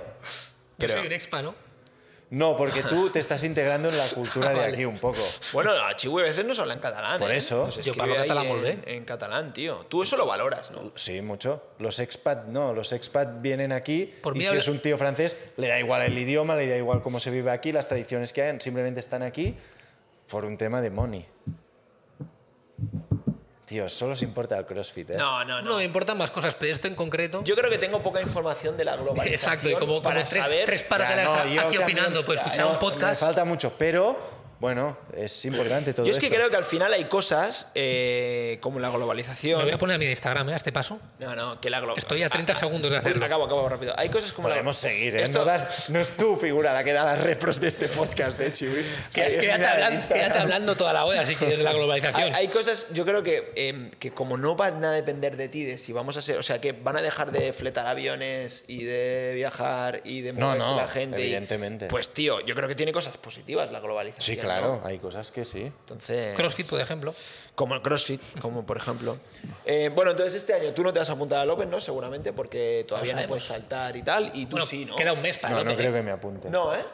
Yo
Creo.
soy un expa, ¿no?
No, porque tú te estás integrando en la cultura de
Vale.
aquí un poco.
Bueno, a Chihuahua a veces no se habla en catalán.
Por
¿eh?
eso.
Nos
Yo
escribe
parlo
ahí
catalán molt
en,
bé.
en catalán, tío. Tú eso lo valoras, ¿no?
Sí, mucho. Los expat no, los expat vienen aquí
Por
y
mí
si
habla-
es un tío francés le da igual el idioma, le da igual cómo se vive aquí, las tradiciones que hay, simplemente están aquí por un tema de money. Tío, solo os importa el CrossFit, ¿eh?
No, no,
No,
no.
me importan más cosas, pero esto en concreto.
Yo creo que tengo poca información de la globalización.
Exacto, y como, como
para
tres,
saber.
tres
Ya,
paralelas
no,
aquí
yo también-
opinando, pues
ya,
escuchar
no,
un
Me
podcast.
falta mucho, pero bueno, es importante todo
Yo es que
esto.
creo que al final hay cosas eh, como la
Me voy
globalización.
a poner a mi Instagram, ¿eh? A este paso.
No, no, que la Ah, globalización.
Estoy a 30 segundos de hacerlo.
Acabo, acabo rápido. Hay cosas como. la-
Podemos seguir, ¿eh?
Esto-
No, das- no es tu figura la que da las repros de este podcast, de Chiwi. Sí, es
quédate,
mirar el
hablando,
Instagram.
quédate hablando toda la hora, así que desde la
Hay,
globalización.
hay cosas, yo creo que, em, que como no van a depender de ti, de si vamos a ser, o sea, que van a dejar de fletar aviones y de viajar y de
No,
moverse
no,
la gente. y-
evidentemente.
pues tío, yo creo que tiene cosas positivas la globalización. ¿no?
Sí, claro, hay cosas que sí.
Entonces,
Crossfit, por ejemplo.
como el CrossFit, como por ejemplo. Eh, bueno, entonces este año tú no te vas a apuntar al Open, ¿no? Seguramente porque todavía no
sabemos.
puedes saltar y tal, y tú
Bueno,
sí, ¿no?
queda un mes para
No,
el
no
Open,
creo
¿eh?
que me apunte.
No, ¿eh?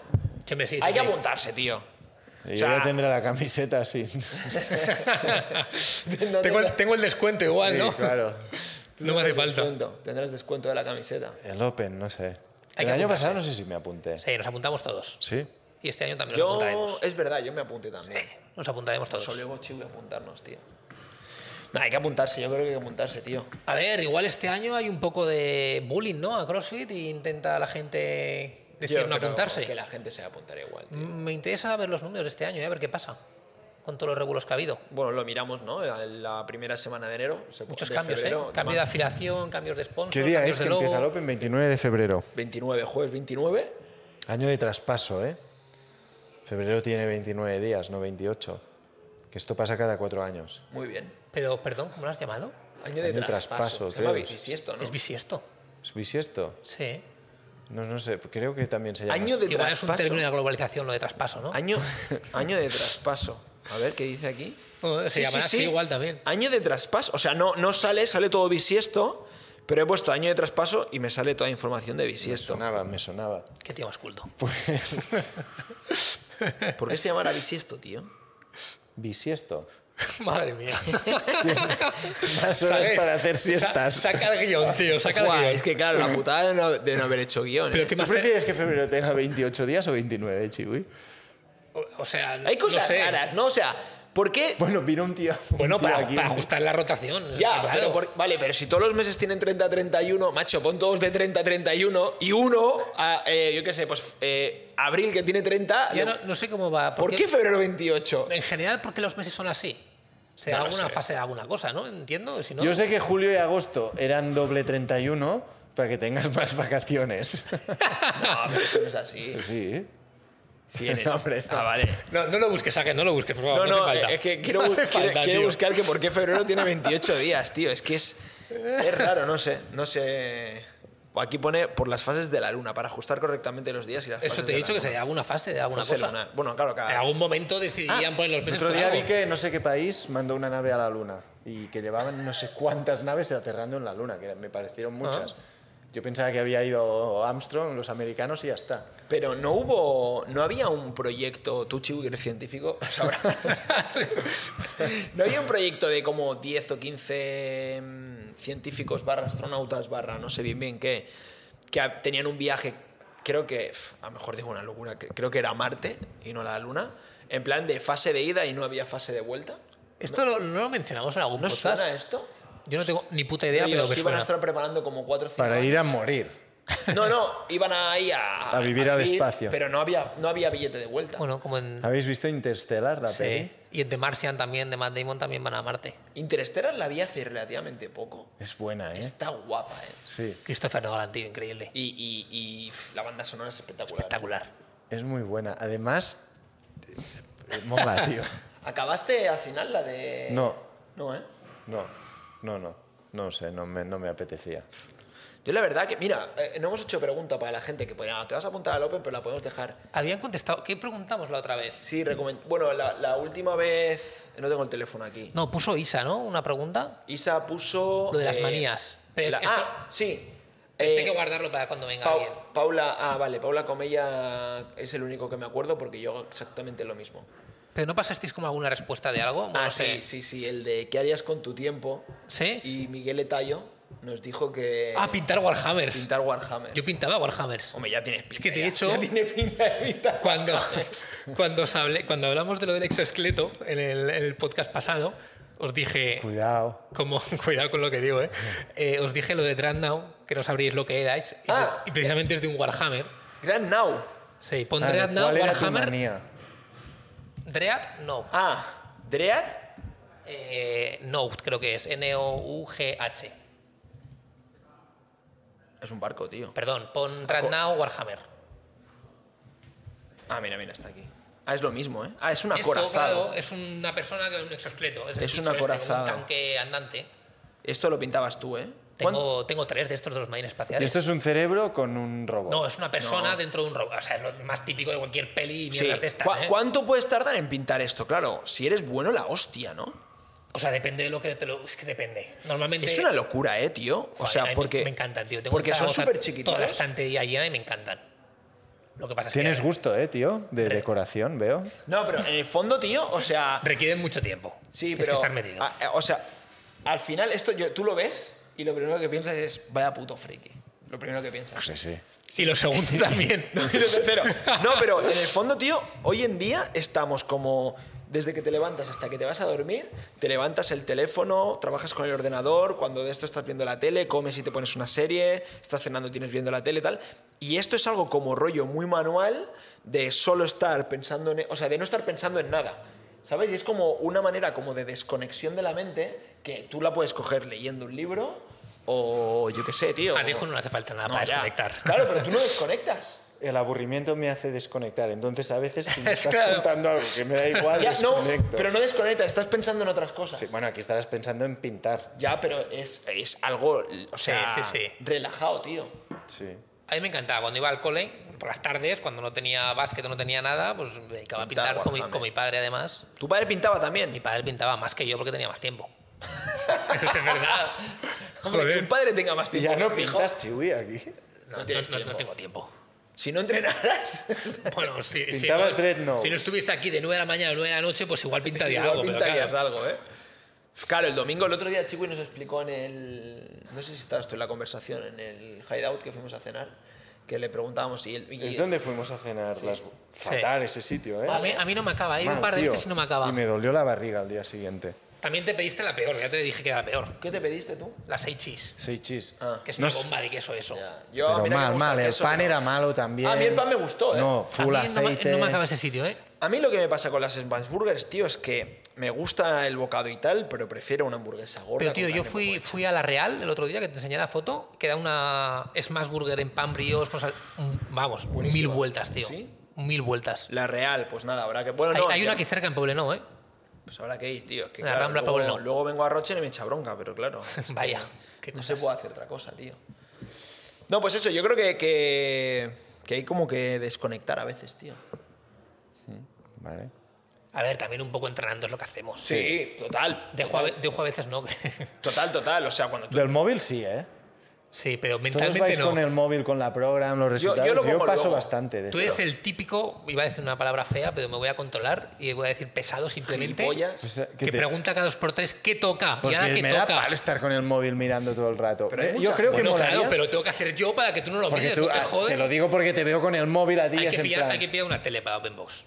Siempre sí,
Hay que
sí.
apuntarse, tío.
Yo
O sea-
ya tendré la camiseta así.
No
Tengo el,
tendrás-
tengo el descuento igual,
Sí,
¿no?
claro.
No me hace falta.
descuento, tendrás descuento de la camiseta.
El Open, no sé.
Hay
el
que
año
apuntarse.
pasado no sé si me apunté.
Sí, nos apuntamos todos.
Sí.
Y este año también nos
Yo,
apuntaremos.
es verdad, yo me apunté también.
Nos apuntaremos todos.
Solemos, chivo, y apuntarnos, tío. Nah, hay que apuntarse, yo creo que hay que apuntarse, tío.
A ver, igual este año hay un poco de bullying, ¿no? A CrossFit y intenta la gente decir
Yo
no
creo
apuntarse.
Que la gente se va a apuntar igual, tío.
Mm, Me interesa ver los números de este año, ¿eh? a ver qué pasa con todos los regulos que ha habido.
Bueno, lo miramos, ¿no? La- La primera semana de enero. se-
Muchos
de
cambios,
febrero,
¿eh? Cambio de
ma-
afiliación, cambios de sponsor,
¿Qué día
cambios
es
de
que
logo.
empieza el Open? 29 de febrero.
29, jueves 29.
Año de traspaso, ¿eh? Febrero tiene 29 días, no 28. Que esto pasa cada cuatro años.
Muy bien.
Pero, perdón, ¿cómo lo has llamado?
Año de
Año de
traspaso.
traspaso,
se llama
creo.
bisiesto, ¿no?
Es bisiesto.
¿Es bisiesto?
Sí.
No, no sé, creo que también se llama.
Año
así.
de
Igual es un
traspaso.
término de la globalización, lo de traspaso, ¿no?
Año, año de traspaso. A ver, ¿qué dice aquí?
Bueno, se llamará así igual también.
Año de traspaso. O sea, no, no sale, sale todo bisiesto, pero he puesto año de traspaso y me sale toda información de
Me
bisiesto.
sonaba, me sonaba.
Qué tío más culto.
Pues, ¿Por qué se llamará bisiesto, tío?
Bisiesto.
Madre mía.
Más horas
¿Sabes?
para hacer
Sa-
siestas.
saca el guión, tío, saca el
Buah,
guión.
es que claro, la putada de no, de no haber hecho guión.
Pero
¿eh?
qué
¿Tú
más te-
prefieres que febrero tenga 28 días o 29, Chiwi?
O- O sea,
Hay cosas
no sé. Pues,
raras, ¿no? O sea, ¿por qué?
Bueno, vino un tío. un
Bueno,
tío
para,
aquí,
para
un-
ajustar la rotación.
Ya,
está
pero
claro.
por- vale, pero si todos los meses tienen 30-31, macho, pon todos de 30-31 y uno, a, eh, yo qué sé, pues eh, abril que tiene 30.
Yo
digo,
no, no sé cómo va.
¿Por qué febrero 28?
En general, ¿por qué los meses son así? Será
No lo
alguna
sé.
fase de alguna cosa, ¿no? Entiendo, si no...
Yo sé que julio y agosto eran doble 31 para que tengas más vacaciones.
No, pero eso no es así.
sí.
Sí, en el-
No, hombre, no.
Ah, vale.
No, no lo busques, Saque, no lo busques, por
No,
favor.
no, eh,
hace falta.
es que quiero,
No
bu-
hace
quiero-
falta,
quiero
tío.
buscar que por qué febrero tiene 28 días, tío. Es que es, es raro, no sé, no sé. Aquí pone por las fases de la luna, para ajustar correctamente los días y las fases
Eso te he
de
dicho
la
que sería alguna fase de alguna
luna. Fase
cosa.
lunar. Bueno, claro,
En
cada...
algún momento decidirían poner los
El
meses
otro
por
día
algo.
vi que no sé qué país mandó una nave a la luna y que llevaban no sé cuántas naves aterrando en la luna, que me
Ah.
parecieron muchas. Yo pensaba que había ido Armstrong, los americanos y ya está.
Pero no hubo, no había un proyecto, tú Chiu, que eres científico, sabrás. no había un proyecto de como 10 o 15 mm, científicos barra astronautas barra no sé bien bien qué, que a- tenían un viaje, creo que, pf, a lo mejor digo una locura, que- creo que era Marte y no la Luna, en plan de fase de ida y no había fase de vuelta.
Esto lo- no lo mencionamos en algún
¿No
podcast.
suena eh. esto?
Yo no tengo ni puta idea,
Pero
pero
ellos
que
iban a
suena.
estar preparando como 4 o 5
Para ir a morir.
No, no, iban ahí a...
A vivir al espacio.
Pero no había, no había billete de vuelta.
Bueno, como en.
¿Habéis visto Interstellar, la
Sí.
peli?
Y en The Martian también, de Matt Damon también van a Marte.
Interestelar la vi hace relativamente poco.
Es buena, ¿eh?
Está guapa, ¿eh?
Sí,
Christopher Nolan, tío, increíble.
Y, y- y, pf, la banda sonora es espectacular. eh.
Espectacular.
es muy buena. Además, mola, tío.
¿Acabaste al final la de...?
No.
No, ¿eh?
No, no, no. No sé, no me, no me apetecía.
Yo la verdad que, mira, eh, no hemos hecho pregunta para la gente que podía, te vas a apuntar al Open, pero la podemos dejar.
Habían contestado. ¿Qué preguntamos la otra vez?
Sí, recomen- Bueno, la, la última vez... eh, No tengo el teléfono aquí.
No, puso Isa, ¿no? Una pregunta.
Isa puso... eh,
Lo de las manías. Pero
la-
esto-
Ah, sí.
Esto hay
Eh,
que guardarlo para cuando venga
Pau-
alguien.
Paula, ah, vale, Paula Comella es el único que me acuerdo porque yo hago exactamente lo mismo.
Pero no pasasteis como alguna respuesta de algo. Bueno,
Ah,
no
sí,
sé.
sí, sí, el de ¿qué harías con tu tiempo?
¿Sí?
Y Miguel Etayo nos dijo que
Ah, pintar Warhammers.
pintar Warhammer.
Yo pintaba Warhammers.
Hombre, ya tienes pinta.
que de
ya.
hecho-
Ya tiene pinta de pintar.
Cuando, cuando, os hablé- cuando hablamos de lo del exoesqueleto en el, en el podcast pasado, os dije,
Cuidado.
como, cuidado con lo que digo, ¿eh? Eh, os dije lo de Dreadnought, que no sabríais lo que erais, y,
Ah.
pre- y precisamente es de un Warhammer.
Grand Now.
Sí, pon
Ah, no,
Dreadnought,
¿Cuál era tu
Warhammer.
manía?
Dread, no.
Ah, Dread.
Eh, Nout, creo que es. N-O-U-G-H.
Es un barco, tío.
Perdón, pon Dreadnought, Warhammer.
Ah, mira, mira, está aquí. Ah, es lo mismo, ¿eh? Ah, es un
Esto,
acorazado.
claro, es una persona que es un exoesqueleto. Es, el
Es un
bicho este, como
acorazado.
un tanque andante.
Esto lo pintabas tú, ¿eh? ¿Cuán-
Tengo, tengo tres de estos de los marines
Y
espaciales.
esto es un cerebro con un robot.
No, es una persona dentro de un robot. O sea, es lo más típico de cualquier peli y
Sí.
mierdas de estas.
¿Cu-
¿eh?
¿Cuánto puedes tardar en pintar esto? Claro, si eres bueno, la hostia, ¿no?
O sea, depende de lo que te lo. Es que depende. Normalmente.
Es una locura, ¿eh, tío? O
Joder, a mí
sea,
me-
porque.
Me encantan, tío. Tengo
porque
en
son
Zaragoza
súper
Toda la
chiquititos.
estantería llena y me encantan. Lo que pasa es que.
Tienes gusto, eh, tío, de decoración, veo.
No, pero en el fondo, tío, o sea.
Requieren mucho tiempo.
Sí,
Tienes
pero.
que estar metido.
a- a- o sea, al final, esto yo, tú lo ves y lo primero que piensas es, vaya puto friki. Lo primero que piensas.
Sí, sí.
Y lo segundo también.
Y lo tercero. No, pero en el fondo, tío, hoy en día estamos como. Desde que te levantas hasta que te vas a dormir, te levantas el teléfono, trabajas con el ordenador, cuando de esto estás viendo la tele, comes y te pones una serie, estás cenando, tienes viendo la tele y tal. Y esto es algo como rollo muy manual de solo estar pensando en. O sea, de no estar pensando en nada. ¿Sabes? Y es como una manera como de desconexión de la mente que tú la puedes coger leyendo un libro o yo qué sé, tío.
A Diego no le hace falta nada
No,
Ah, para
ya.
desconectar.
Claro, pero tú no desconectas.
El aburrimiento me hace desconectar. Entonces, a veces, si me
Es
estás
claro.
contando algo que me da igual,
Ya, no,
desconecto.
pero no desconectas, estás pensando en otras cosas.
Sí, bueno, aquí estarás pensando en pintar.
Ya, pero es, es algo, o sea,
sí, sí.
relajado, tío.
Sí.
A mí me encantaba. Cuando iba al cole, por las tardes, cuando no tenía básquet o no tenía nada, pues me dedicaba a
Pintar
pintar con mi,
Warhammer.
con mi padre, además.
Tu padre pintaba
Mi
también.
padre pintaba más que yo porque tenía más tiempo. es verdad.
Hombre, que un padre tenga más
Y
tiempo.
ya no
que tu hijo.
pintas, chiwi, aquí.
No,
No
no,
tienes
no- no
tiempo.
tengo tiempo.
Si no entrenaras,
Bueno, si, si-
Pintabas Dreadnought.
Si no estuviese aquí de 9 de la mañana a 9 de la noche, pues igual pintaría
igual
algo. pero
pintarías
claro.
algo, ¿eh? Claro, el domingo, el otro día, Chiwi nos explicó en el. No sé si estabas tú en la conversación, en el hideout que fuimos a cenar, que le preguntábamos y él. y-
Es donde fuimos a cenar las... Fatal ese sitio, ¿eh?
A mí, a mí no me acaba. Hay un
Mano,
par de
tío,
veces y no me acaba.
Y me dolió la barriga al día siguiente.
También te pediste la peor. Ya te dije que era la peor.
¿Qué te pediste tú?
La 6 cheese.
Seis chis.
Ah.
Que es
No
una
sé.
bomba de queso eso.
Ya, yo-
Pero
mira que me
mal,
gusta
mal.
el
El
queso,
pan
pero-
era malo también.
A mí el pan me gustó, ¿eh?
No,
A mí
full
no, me-
aceite.
no me acaba ese sitio, ¿eh?
A mí lo que me pasa con las Smansburgers, tío, es que me gusta el bocado y tal, pero prefiero una hamburguesa gorda.
Pero tío,
con
yo
carne
fui,
mococha.
fui a La Real el otro día que te enseñé la foto, que da una smash burger en pan brioche, con sal- mm, vamos,
Buenísima.
mil vueltas, tío.
¿Sí?
Mil vueltas.
La Real, pues nada, habrá que. Bueno, no,
hay, hay
ya-
una aquí cerca en Poblenou, ¿eh?
Pues habrá que ir, tío. es que
La
claro,
Rambla,
luego,
Pablo.
luego vengo a Rochen y me echa bronca, pero claro. es que
Vaya, qué
no se puede hacer otra cosa, tío. No, pues eso, yo creo que, que, que hay como que desconectar a veces, tío.
Vale.
A ver, también un poco entrenando es lo que hacemos.
Sí, total. Eh,
Dejo a, ve- dejo a veces no.
Total, total. O sea, cuando tú.
Del móvil sí, ¿eh?
sí, pero
Todos vais
mentalmente
con
no.
el móvil, con la program, los
yo
resultados. Yo,
lo pongo
paso
luego.
bastante de
Tú
esto.
eres el típico, iba a decir una palabra fea, pero me voy a controlar y voy a decir pesado simplemente.
Gilipollas.
O sea, que
Que
te-
pregunta cada dos por tres qué toca. y
Porque
ahora qué
me da
toca.
palo este estar con el móvil mirando todo el rato.
Pero hay
Eh,
mucha
Yo creo que
Bueno,
molaría,
claro, pero tengo que hacer yo para que tú no lo
porque
mires,
tú,
no te
ah,
jodes.
te lo digo porque te veo con el móvil a ti y
hay,
es
que
en
pillar,
plan...
hay que pillar una tele para Open Box.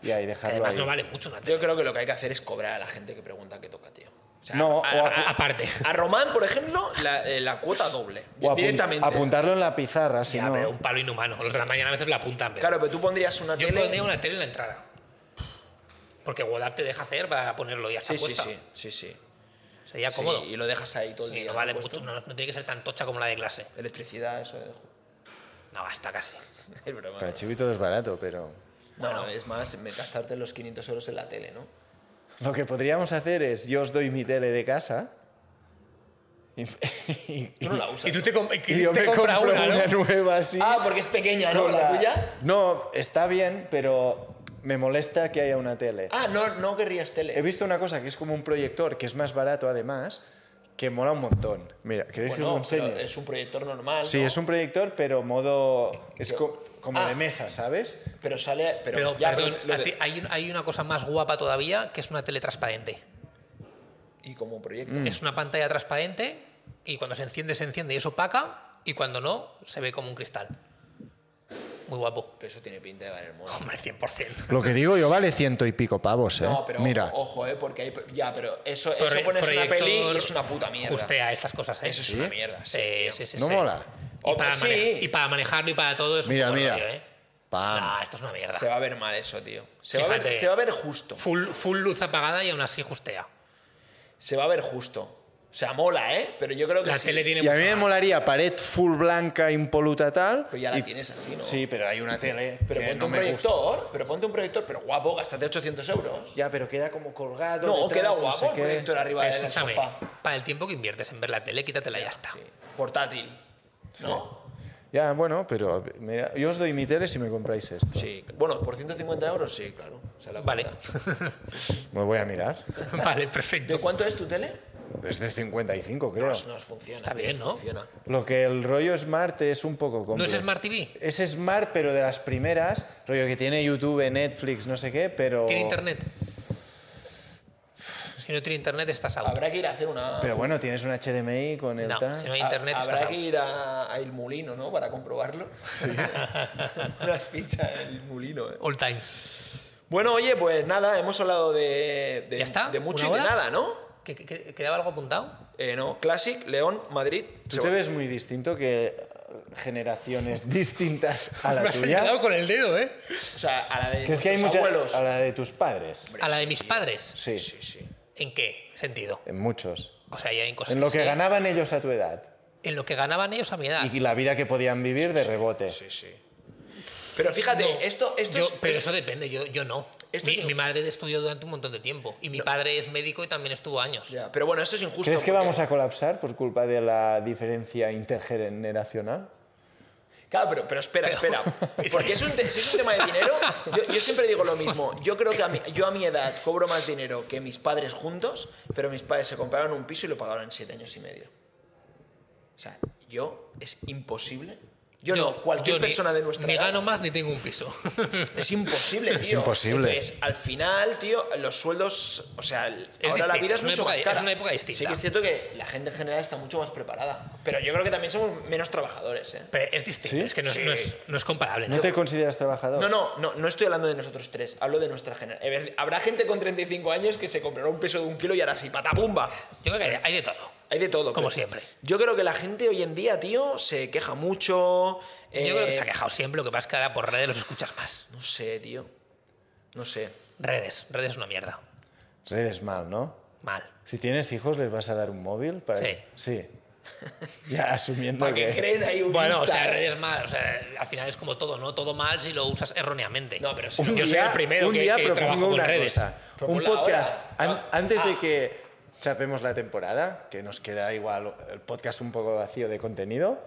Y ahí
Que
dejarlo
además
ahí.
no vale mucho una tele.
Yo creo que lo que hay que hacer es cobrar a la gente que pregunta qué toca, tío. O sea,
No,
a-
o
a-
apu-
Aparte.
A Román, por ejemplo, la, eh, la cuota doble.
O apun-
directamente.
apuntarlo en la pizarra, si
Ya,
no.
pero un palo inhumano. Los de la mañana a veces la apuntan. pero-
Claro, pero tú pondrías una
Yo
tele.
pondría una tele en la entrada. Porque Wodap te deja hacer para ponerlo y hasta
Sí, sí,
puesta.
sí, sí, sí.
Sería
Sí,
cómodo.
y lo dejas ahí todo el
Y
día.
no vale
puesto.
mucho, no, no tiene que ser tan tocha como la de clase.
Electricidad, eso. eh,
No, hasta casi.
Es broma.
Para Chibi todo es barato, pero...
No, no, es más, me- gastarte los 500 euros en la tele, ¿no?
Lo que podríamos hacer es, yo os doy mi tele de casa y, y-
Tú no la usas.
Y tú
¿no?
te, com- y
y yo
te
me
compra
compro una,
una, ¿no?
nueva así.
Ah, porque es pequeña, ¿no?
con
La
la-
tuya.
No, está bien, pero me molesta que haya una tele.
Ah, no, no querrías
He
tele.
visto una cosa que es como un proyector, que es más barato además, que mola un montón. Mira, ¿queréis que os
Bueno,
lo
pero
enseñe?
es un proyector normal.
Sí,
¿no?
es un proyector, pero modo... Es co- como
Ah.
de mesa, ¿sabes?
Pero sale. Pero,
Pero,
ya,
perdón,
pero lo
a
de-
ti- hay, un- hay una cosa más guapa todavía que es una tele transparente.
Y como proyecto.
Mm.
Es una pantalla transparente y cuando se enciende, se enciende y es opaca y cuando no, se ve como un cristal. Muy guapo.
Pero eso tiene pinta de valer mono.
Hombre, 100%.
Lo que digo yo vale ciento y pico pavos, ¿eh?
No, pero
Mira,
ojo, ojo, eh, porque hay. Ya, pero eso, eso
Pro-
pones una
proyector
peli y es una puta mierda.
Justea estas cosas, ¿eh?
Eso es
Sí,
una mierda. Sí,
sí,
tío.
sí, sí,
no
sí.
mola.
Y,
Hombre,
para
sí.
mane- y para manejarlo y para todo es un
Mira,
poco
mira. Ah.
rollo, ¿eh?
Pam.
Nah, esto es una mierda.
Se va a ver mal eso, tío. Se va, a ver,
Fíjate.
se va a ver justo.
Full, full luz apagada y aún así justea.
Se va a ver justo. O sea, mola, ¿eh? Pero yo creo que
La
sí,
tele
sí.
tiene
Y a mí
mucho
me
más.
molaría pared full blanca impoluta tal.
Pero ya la
y-
tienes así, ¿no?
Sí, pero hay una tele
Pero
que
ponte
no
un
me gusta.
proyector, pero ponte un proyector, pero guapo, gastate 800 euros.
Ya, pero queda como colgado.
No,
detrás,
queda
sé
guapo el
qué.
proyector arriba
Pero
del
escúchame,
sofá.
para el tiempo que inviertes en ver la tele, quítatela y ya está.
Sí. Portátil. ¿No?
Ya, bueno, pero mira, yo os doy mi tele si me compráis esto.
Sí. Bueno, por 150 euros sí, claro. O sea, la
Vale.
cuenta.
Me voy a mirar.
vale,
¿De
perfecto.
cuánto es tu tele?
Es de 55, creo.
Pues nos funciona.
Está bien, ¿no?
Funciona.
Lo que el rollo Smart es un poco complejo.
¿No es Smart TV?
Es Smart, pero de las primeras. Rollo que tiene YouTube, Netflix, no sé qué, pero...
¿Tiene internet? Si no tiene internet, estás out.
Habrá que ir a hacer una.
Pero bueno, tienes un HDMI con el
No,
tal.
si no hay internet,
Ha-
estás
Habrá que
out.
ir a, a El Mulino, ¿no? Para comprobarlo. Unas fichas El Mulino. ¿eh?
All times.
Bueno, oye, pues nada, hemos hablado de, de,
¿Ya está?
de mucho y
¿Una
de
hora?
nada, ¿no?
¿Que, que- que- quedaba algo apuntado?
Eh, no, Classic, León, Madrid.
¿Tú te ves muy distinto que generaciones distintas a
Me
la
has señalado
tuya?
con el dedo, ¿eh?
O sea, a la de
¿Crees que hay
nuestros
mucha
abuelos.
a la de tus padres?
A la de mis padres.
Sí,
Sí, sí.
¿En qué sentido?
en muchos.
O sea, ya hay cosas
En lo que
sé,
ganaban ellos a tu edad
en lo que ganaban ellos a mi edad.
y la vida que podían vivir de rebote.
Sí, sí. Pero fíjate,
No,
esto, esto
yo-
es-
pero
es-
eso depende, yo, yo no.
Esto
mi,
es-
mi madre estudió durante un montón de tiempo y mi padre es médico y también estuvo años.
ya, pero bueno, esto es injusto.
¿Crees que
porque-
vamos a colapsar por culpa de la diferencia intergeneracional?
Claro, pero, pero espera, espera. Porque es un, te- si es un tema de dinero. Yo, yo siempre digo lo mismo. Yo creo que a mi, yo a mi edad cobro más dinero que mis padres juntos, pero mis padres se compraron un piso y lo pagaron en siete años y medio. O sea, yo es imposible. Yo, no, cualquier
yo ni-
persona de nuestra
Ni
edad.
gano más ni tengo un piso.
Es imposible, tío.
Es imposible.
Entonces, al final, tío, los sueldos. O sea, el-
Es
ahora la
distinto,
vida es,
es una
mucho
época-
más cara.
es una época distinta.
Sí que es cierto que la gente en general está mucho más preparada. Pero yo creo que también somos menos trabajadores, ¿eh?
Pero es distinto,
¿Sí?
es que no, es-
Sí.
no es, no es comparable.
¿No
¿no?
te consideras trabajador?
No, no, no, no estoy hablando de nosotros tres, hablo de nuestra generación. Habrá gente con 35 años que se comprará un peso de un kilo y hará así, patapumba.
Yo creo que hay, hay de todo.
Hay de todo.
Como
pero
siempre.
Yo creo que la gente hoy en día, tío, se queja mucho. eh,
Yo creo que se ha quejado siempre, lo que pasa es que ahora por redes los escuchas más.
No sé, tío. No sé.
Redes, redes es una mierda.
Redes mal, ¿no?
Mal.
Si tienes hijos, ¿les vas a dar un móvil? Para...
Sí.
Sí. Ya asumiendo
Para que creen ahí un
Bueno, o
Insta, ¿eh?
sea, redes mal, o sea, al final es como todo, ¿no? Todo mal si lo usas erróneamente.
No, pero sí.
Yo soy el primero
un
que,
día
que
propongo
trabajo con
una
redes.
cosa. Un
Proponla
podcast.
ahora.
An-
Ah,
antes
ah.
de que chapemos la temporada, que nos queda igual el podcast un poco vacío de contenido,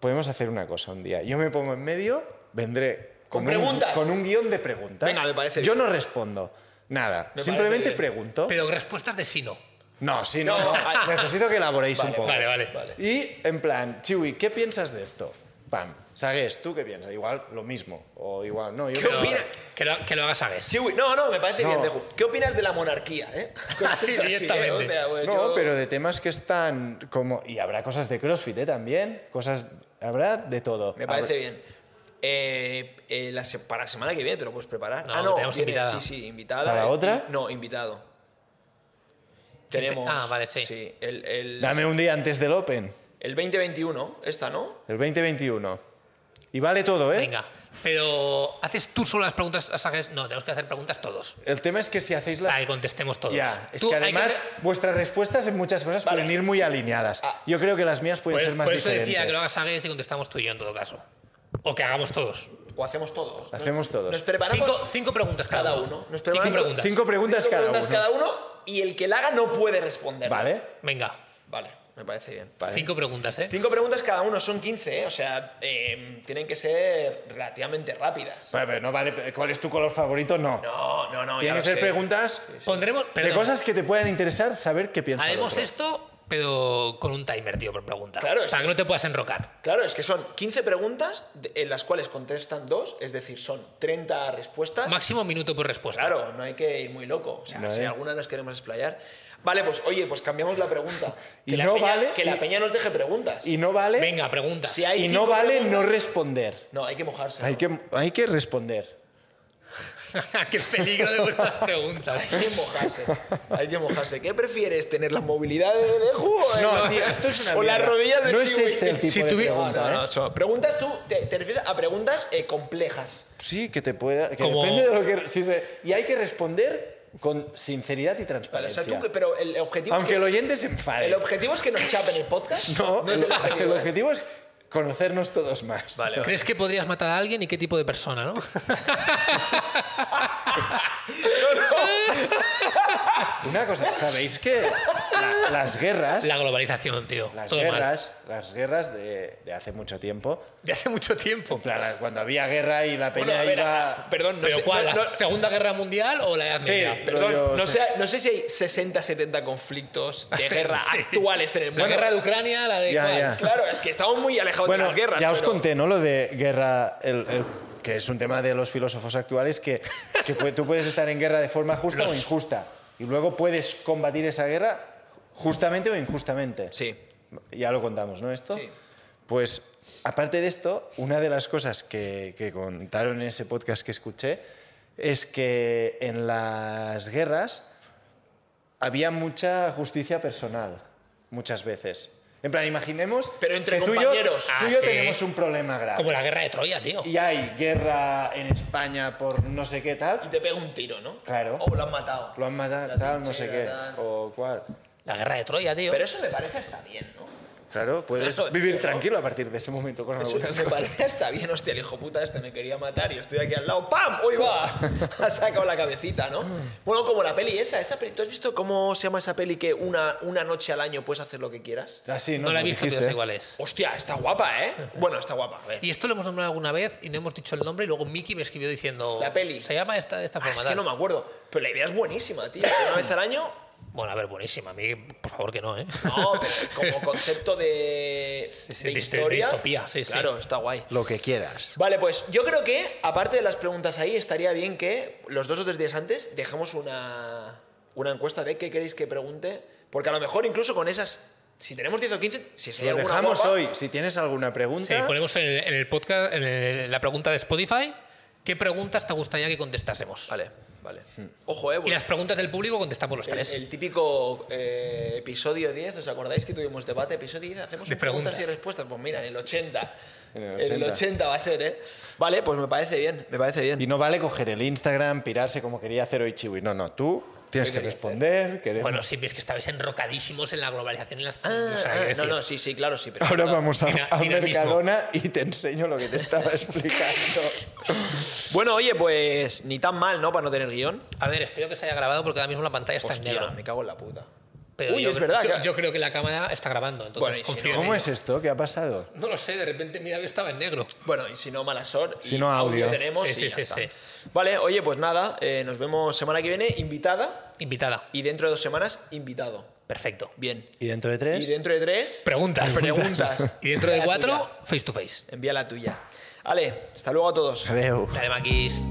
podemos hacer una cosa un día. Yo me pongo en medio, vendré
Con
un-
preguntas.
con un guión de preguntas.
Venga, me parece
Yo
bien.
no respondo nada.
Me
Simplemente
parece bien.
pregunto.
Pero respuestas de sí no.
No, sí, no.
No,
no.
ah.
Necesito que elaboréis
Vale,
un poco.
Vale, vale.
Vale.
Y en plan, Chiwi, ¿qué piensas de esto? Pam. Sagues, ¿tú qué piensas? Igual lo mismo. O igual, no. Yo
¿Qué
creo-
opinas?
Que lo, que lo hagas a
Sí, güey. No, no, me parece
No.
bien, Deju. ¿Qué opinas de la monarquía, eh? Cosas
Sí,
así, ¿eh?
directamente.
O sea, güey,
No,
yo-
pero de temas que están como... Y habrá cosas de CrossFit, ¿eh? También. Cosas... Habrá de todo.
Me parece
Habrá-
bien. Eh, eh, la se- para la semana que viene te lo puedes preparar.
No,
ah, no,
tenemos
viene-
invitada.
Sí, sí, invitada.
¿Para
Eh,
otra?
No, invitado. Tenemos.
Ah, vale, sí.
el, el-
Dame un día antes del Open,
el 2021, esta, ¿no?
el 2021. Y vale todo, ¿eh?
Venga, pero ¿haces tú solo las preguntas a Sages? No, tenemos que hacer preguntas todos.
El tema es que si hacéis las...
Para que contestemos todos.
Ya, es
Tú,
que
hay
además vuestras respuestas en muchas cosas
Vale. Ah.
pueden ir muy alineadas. Yo creo que las mías pueden
Por,
ser más
Pues por eso
diferentes.
decía que lo hagas Sages y contestamos tú y yo en todo caso. O que hagamos todos.
O hacemos todos.
Hacemos
Nos-
todos.
Nos preparamos
Cinco, cinco preguntas cada,
cada
uno.
uno. Nos
Cinco
preparamos
preguntas.
Cinco preguntas
cinco
cada
preguntas
uno.
cada uno y el que la haga no puede responder.
Vale.
Venga,
Vale, me parece bien.
cinco preguntas, ¿eh?
Cinco preguntas cada uno, son 15, ¿eh? o sea, eh, tienen que ser relativamente rápidas.
Vale, pero no vale. ¿Cuál es tu color favorito? No.
No, no, no. ya
Tienen
lo
que ser
sé.
preguntas
Pondremos.
de
perdón,
cosas que te puedan interesar, saber qué piensas.
Haremos esto, pero con un timer, tío, por pregunta.
Claro, es
Para
que-
que no te puedas enrocar.
Claro, es que son 15 preguntas de- en las cuales contestan dos, es decir, son 30 respuestas.
Máximo minuto por respuesta.
Claro, no hay que ir muy loco. O sea,
Vale.
si alguna nos queremos explayar. Vale, pues oye, pues cambiamos la pregunta.
Y
que la
no
peña,
vale-
Que
y-
la peña nos deje preguntas.
Y no vale.
Venga, pregunta.
Si hay
y no
cinco
vale
preguntas-
no responder.
No, hay que mojarse.
Hay
¿no?
que, hay que responder.
Qué peligro de vuestras preguntas.
Hay que mojarse. Hay que mojarse. ¿Qué prefieres? ¿Tener la movilidad de, de jugo?
No, tío, esto es una
O las
mierda.
rodillas de
No es
Chiwi.
este el tipo
Si
de
tuvi-
pregunta,
No, no,
¿eh?
son- Preguntas tú, te, te refieres a preguntas eh, complejas.
Sí, que te pueda. Que
Como-
depende de lo que. si re- y hay que responder con sinceridad
Vale,
y
o
transparencia.
sea, tú, pero el objetivo,
Aunque
es
el
que,
oyente se enfade.
el objetivo es que nos chapen el podcast.
No,
es
el,
el objetivo.
el
¿eh?
objetivo es conocernos todos más.
Vale, vale.
¿Crees que podrías matar a alguien y qué tipo de persona, no?
Una cosa, ¿sabéis que la- las guerras.
La globalización, tío.
las
Todo mal.
guerras, las guerras de, de hace mucho tiempo.
De hace mucho tiempo.
En plan, la- cuando había guerra y la
Bueno,
peña
a ver,
iba.
a- perdón, no
¿Pero
sé,
cuál?
no-
¿La
no-
Segunda Guerra Mundial o la Edad
Sí.
Media?
perdón,
Rollo,
no
sí.
sé, no sé si hay 60, 70 conflictos de guerra
Sí.
actuales en el mundo.
La guerra de Ucrania, la de.
Ya,
cuál?
ya.
Claro, es que estamos muy alejados
bueno,
de las guerras.
ya os
pero-
conté, ¿no? Lo de guerra. el- el- que es un tema de los filósofos actuales que, que pu- tú puedes estar en guerra de forma justa
Los-
o injusta. Y luego puedes combatir esa guerra justamente o injustamente.
Sí.
Ya lo contamos, ¿no? Esto.
Sí.
Pues, aparte de esto, una de las cosas que, que contaron en ese podcast que escuché es que en las guerras había mucha justicia personal, muchas veces. En plan, imaginemos
Pero entre
que tú y yo,
compañeros.
tú
Ah,
y yo
sí.
tenemos un problema grave.
Como la guerra de Troya, tío.
Y hay guerra en España por no sé qué
Y
tal.
te pega un tiro, ¿no?
Claro.
O lo han matado.
Lo han matado,
La
tal, no sé
trinchera,
qué.
tal.
O cuál.
La guerra de Troya, tío.
Pero eso me parece hasta bien, ¿no?
Claro, puedes
Eso- eh,
vivir tranquilo a partir de ese momento
Ah,
con
Eso
algunas
me parece hasta bien, hostia, el hijo puta este me quería matar y estoy aquí al lado, ¡pam! ¡Hoy va! Ha sacado la cabecita,
Ah.
¿no? Bueno, como la peli esa, esa peli, ¿tú has visto cómo se llama esa peli que una, una noche al año puedes hacer lo que quieras?
Ah, sí,
no, la he
Lo
visto, pero
dijiste.
sé cuál es.
Hostia, está guapa, ¿eh? Bueno, está guapa, a ver.
Y esto lo hemos nombrado alguna vez y no hemos dicho el nombre y luego Mickey me escribió diciendo...
La peli.
Se llama esta, de esta
Ah,
forma.
es que
tal".
no me acuerdo, pero la idea es buenísima, tío. Una vez al año,
Bueno, a ver, buenísima. A mí, por favor, que no, ¿eh?
no, pero como concepto de,
sí,
de
de- de
historia.
distopía, sí, sí.
Claro, está guay.
Lo que quieras.
Vale, pues yo creo que, aparte de las preguntas ahí, estaría bien que los dos o tres días antes dejemos una, una encuesta de qué queréis que pregunte. Porque a lo mejor incluso con esas, si tenemos 10 o 15, si se
Lo dejamos hoy. Si tienes alguna
Sí,
pregunta,
ponemos en, el- en el podcast, en el- la pregunta de Spotify, ¿qué preguntas te gustaría que contestásemos?
Vale, vale.
Hmm.
Ojo, eh.
Y
bueno,
las preguntas del público contestamos los
el,
tres.
el típico eh, episodio 10, ¿os acordáis que tuvimos debate? Episodio 10, hacemos
De
un preguntas.
preguntas.
y respuestas. Pues mira, en el 80.
En el
80.
80.
va a ser, ¿eh? Vale, pues me parece bien, me parece bien.
y no vale coger el Instagram, pirarse como quería hacer hoy Chiwi. No, no, tú tienes
¿Qué
que
quería
responder. queremos-
Bueno, sí, es que estabais enrocadísimos en la globalización y en las...
Ah,
o sea,
ah,
quiero
no,
decir,
no, sí, sí, claro, sí. pero-
Ahora vamos a,
Mira,
a un
mira el mismo.
Mercadona y te enseño lo que te estaba explicando.
Bueno, oye, pues ni tan mal, ¿no? Para no tener guión.
A ver, espero que se haya grabado porque ahora mismo la pantalla está en
Hostia,
negro.
me cago en la puta.
Pero
Uy,
yo,
es
creo-
verdad.
yo-
que-
yo creo que la cámara está grabando, entonces
Bueno, y si
confío
no-
en
¿Cómo
ello.
es esto? ¿Qué ha pasado?
No lo sé, de repente mi audio estaba en negro.
Bueno, y si no, mala sort.
Si
y
no, audio.
tenemos
Sí,
y
sí,
ya
sí,
está.
sí.
Vale, oye, pues nada, eh, nos vemos semana que viene, invitada,
Invitada.
y dentro de dos semanas, invitado.
Perfecto.
Bien.
¿Y dentro de tres?
Y dentro de tres,
Preguntas.
Preguntas.
Y dentro de
La
cuatro,
tuya.
face to face.
envía la tuya. Ale, hasta luego a todos.
Adeu.
Dale, maquis.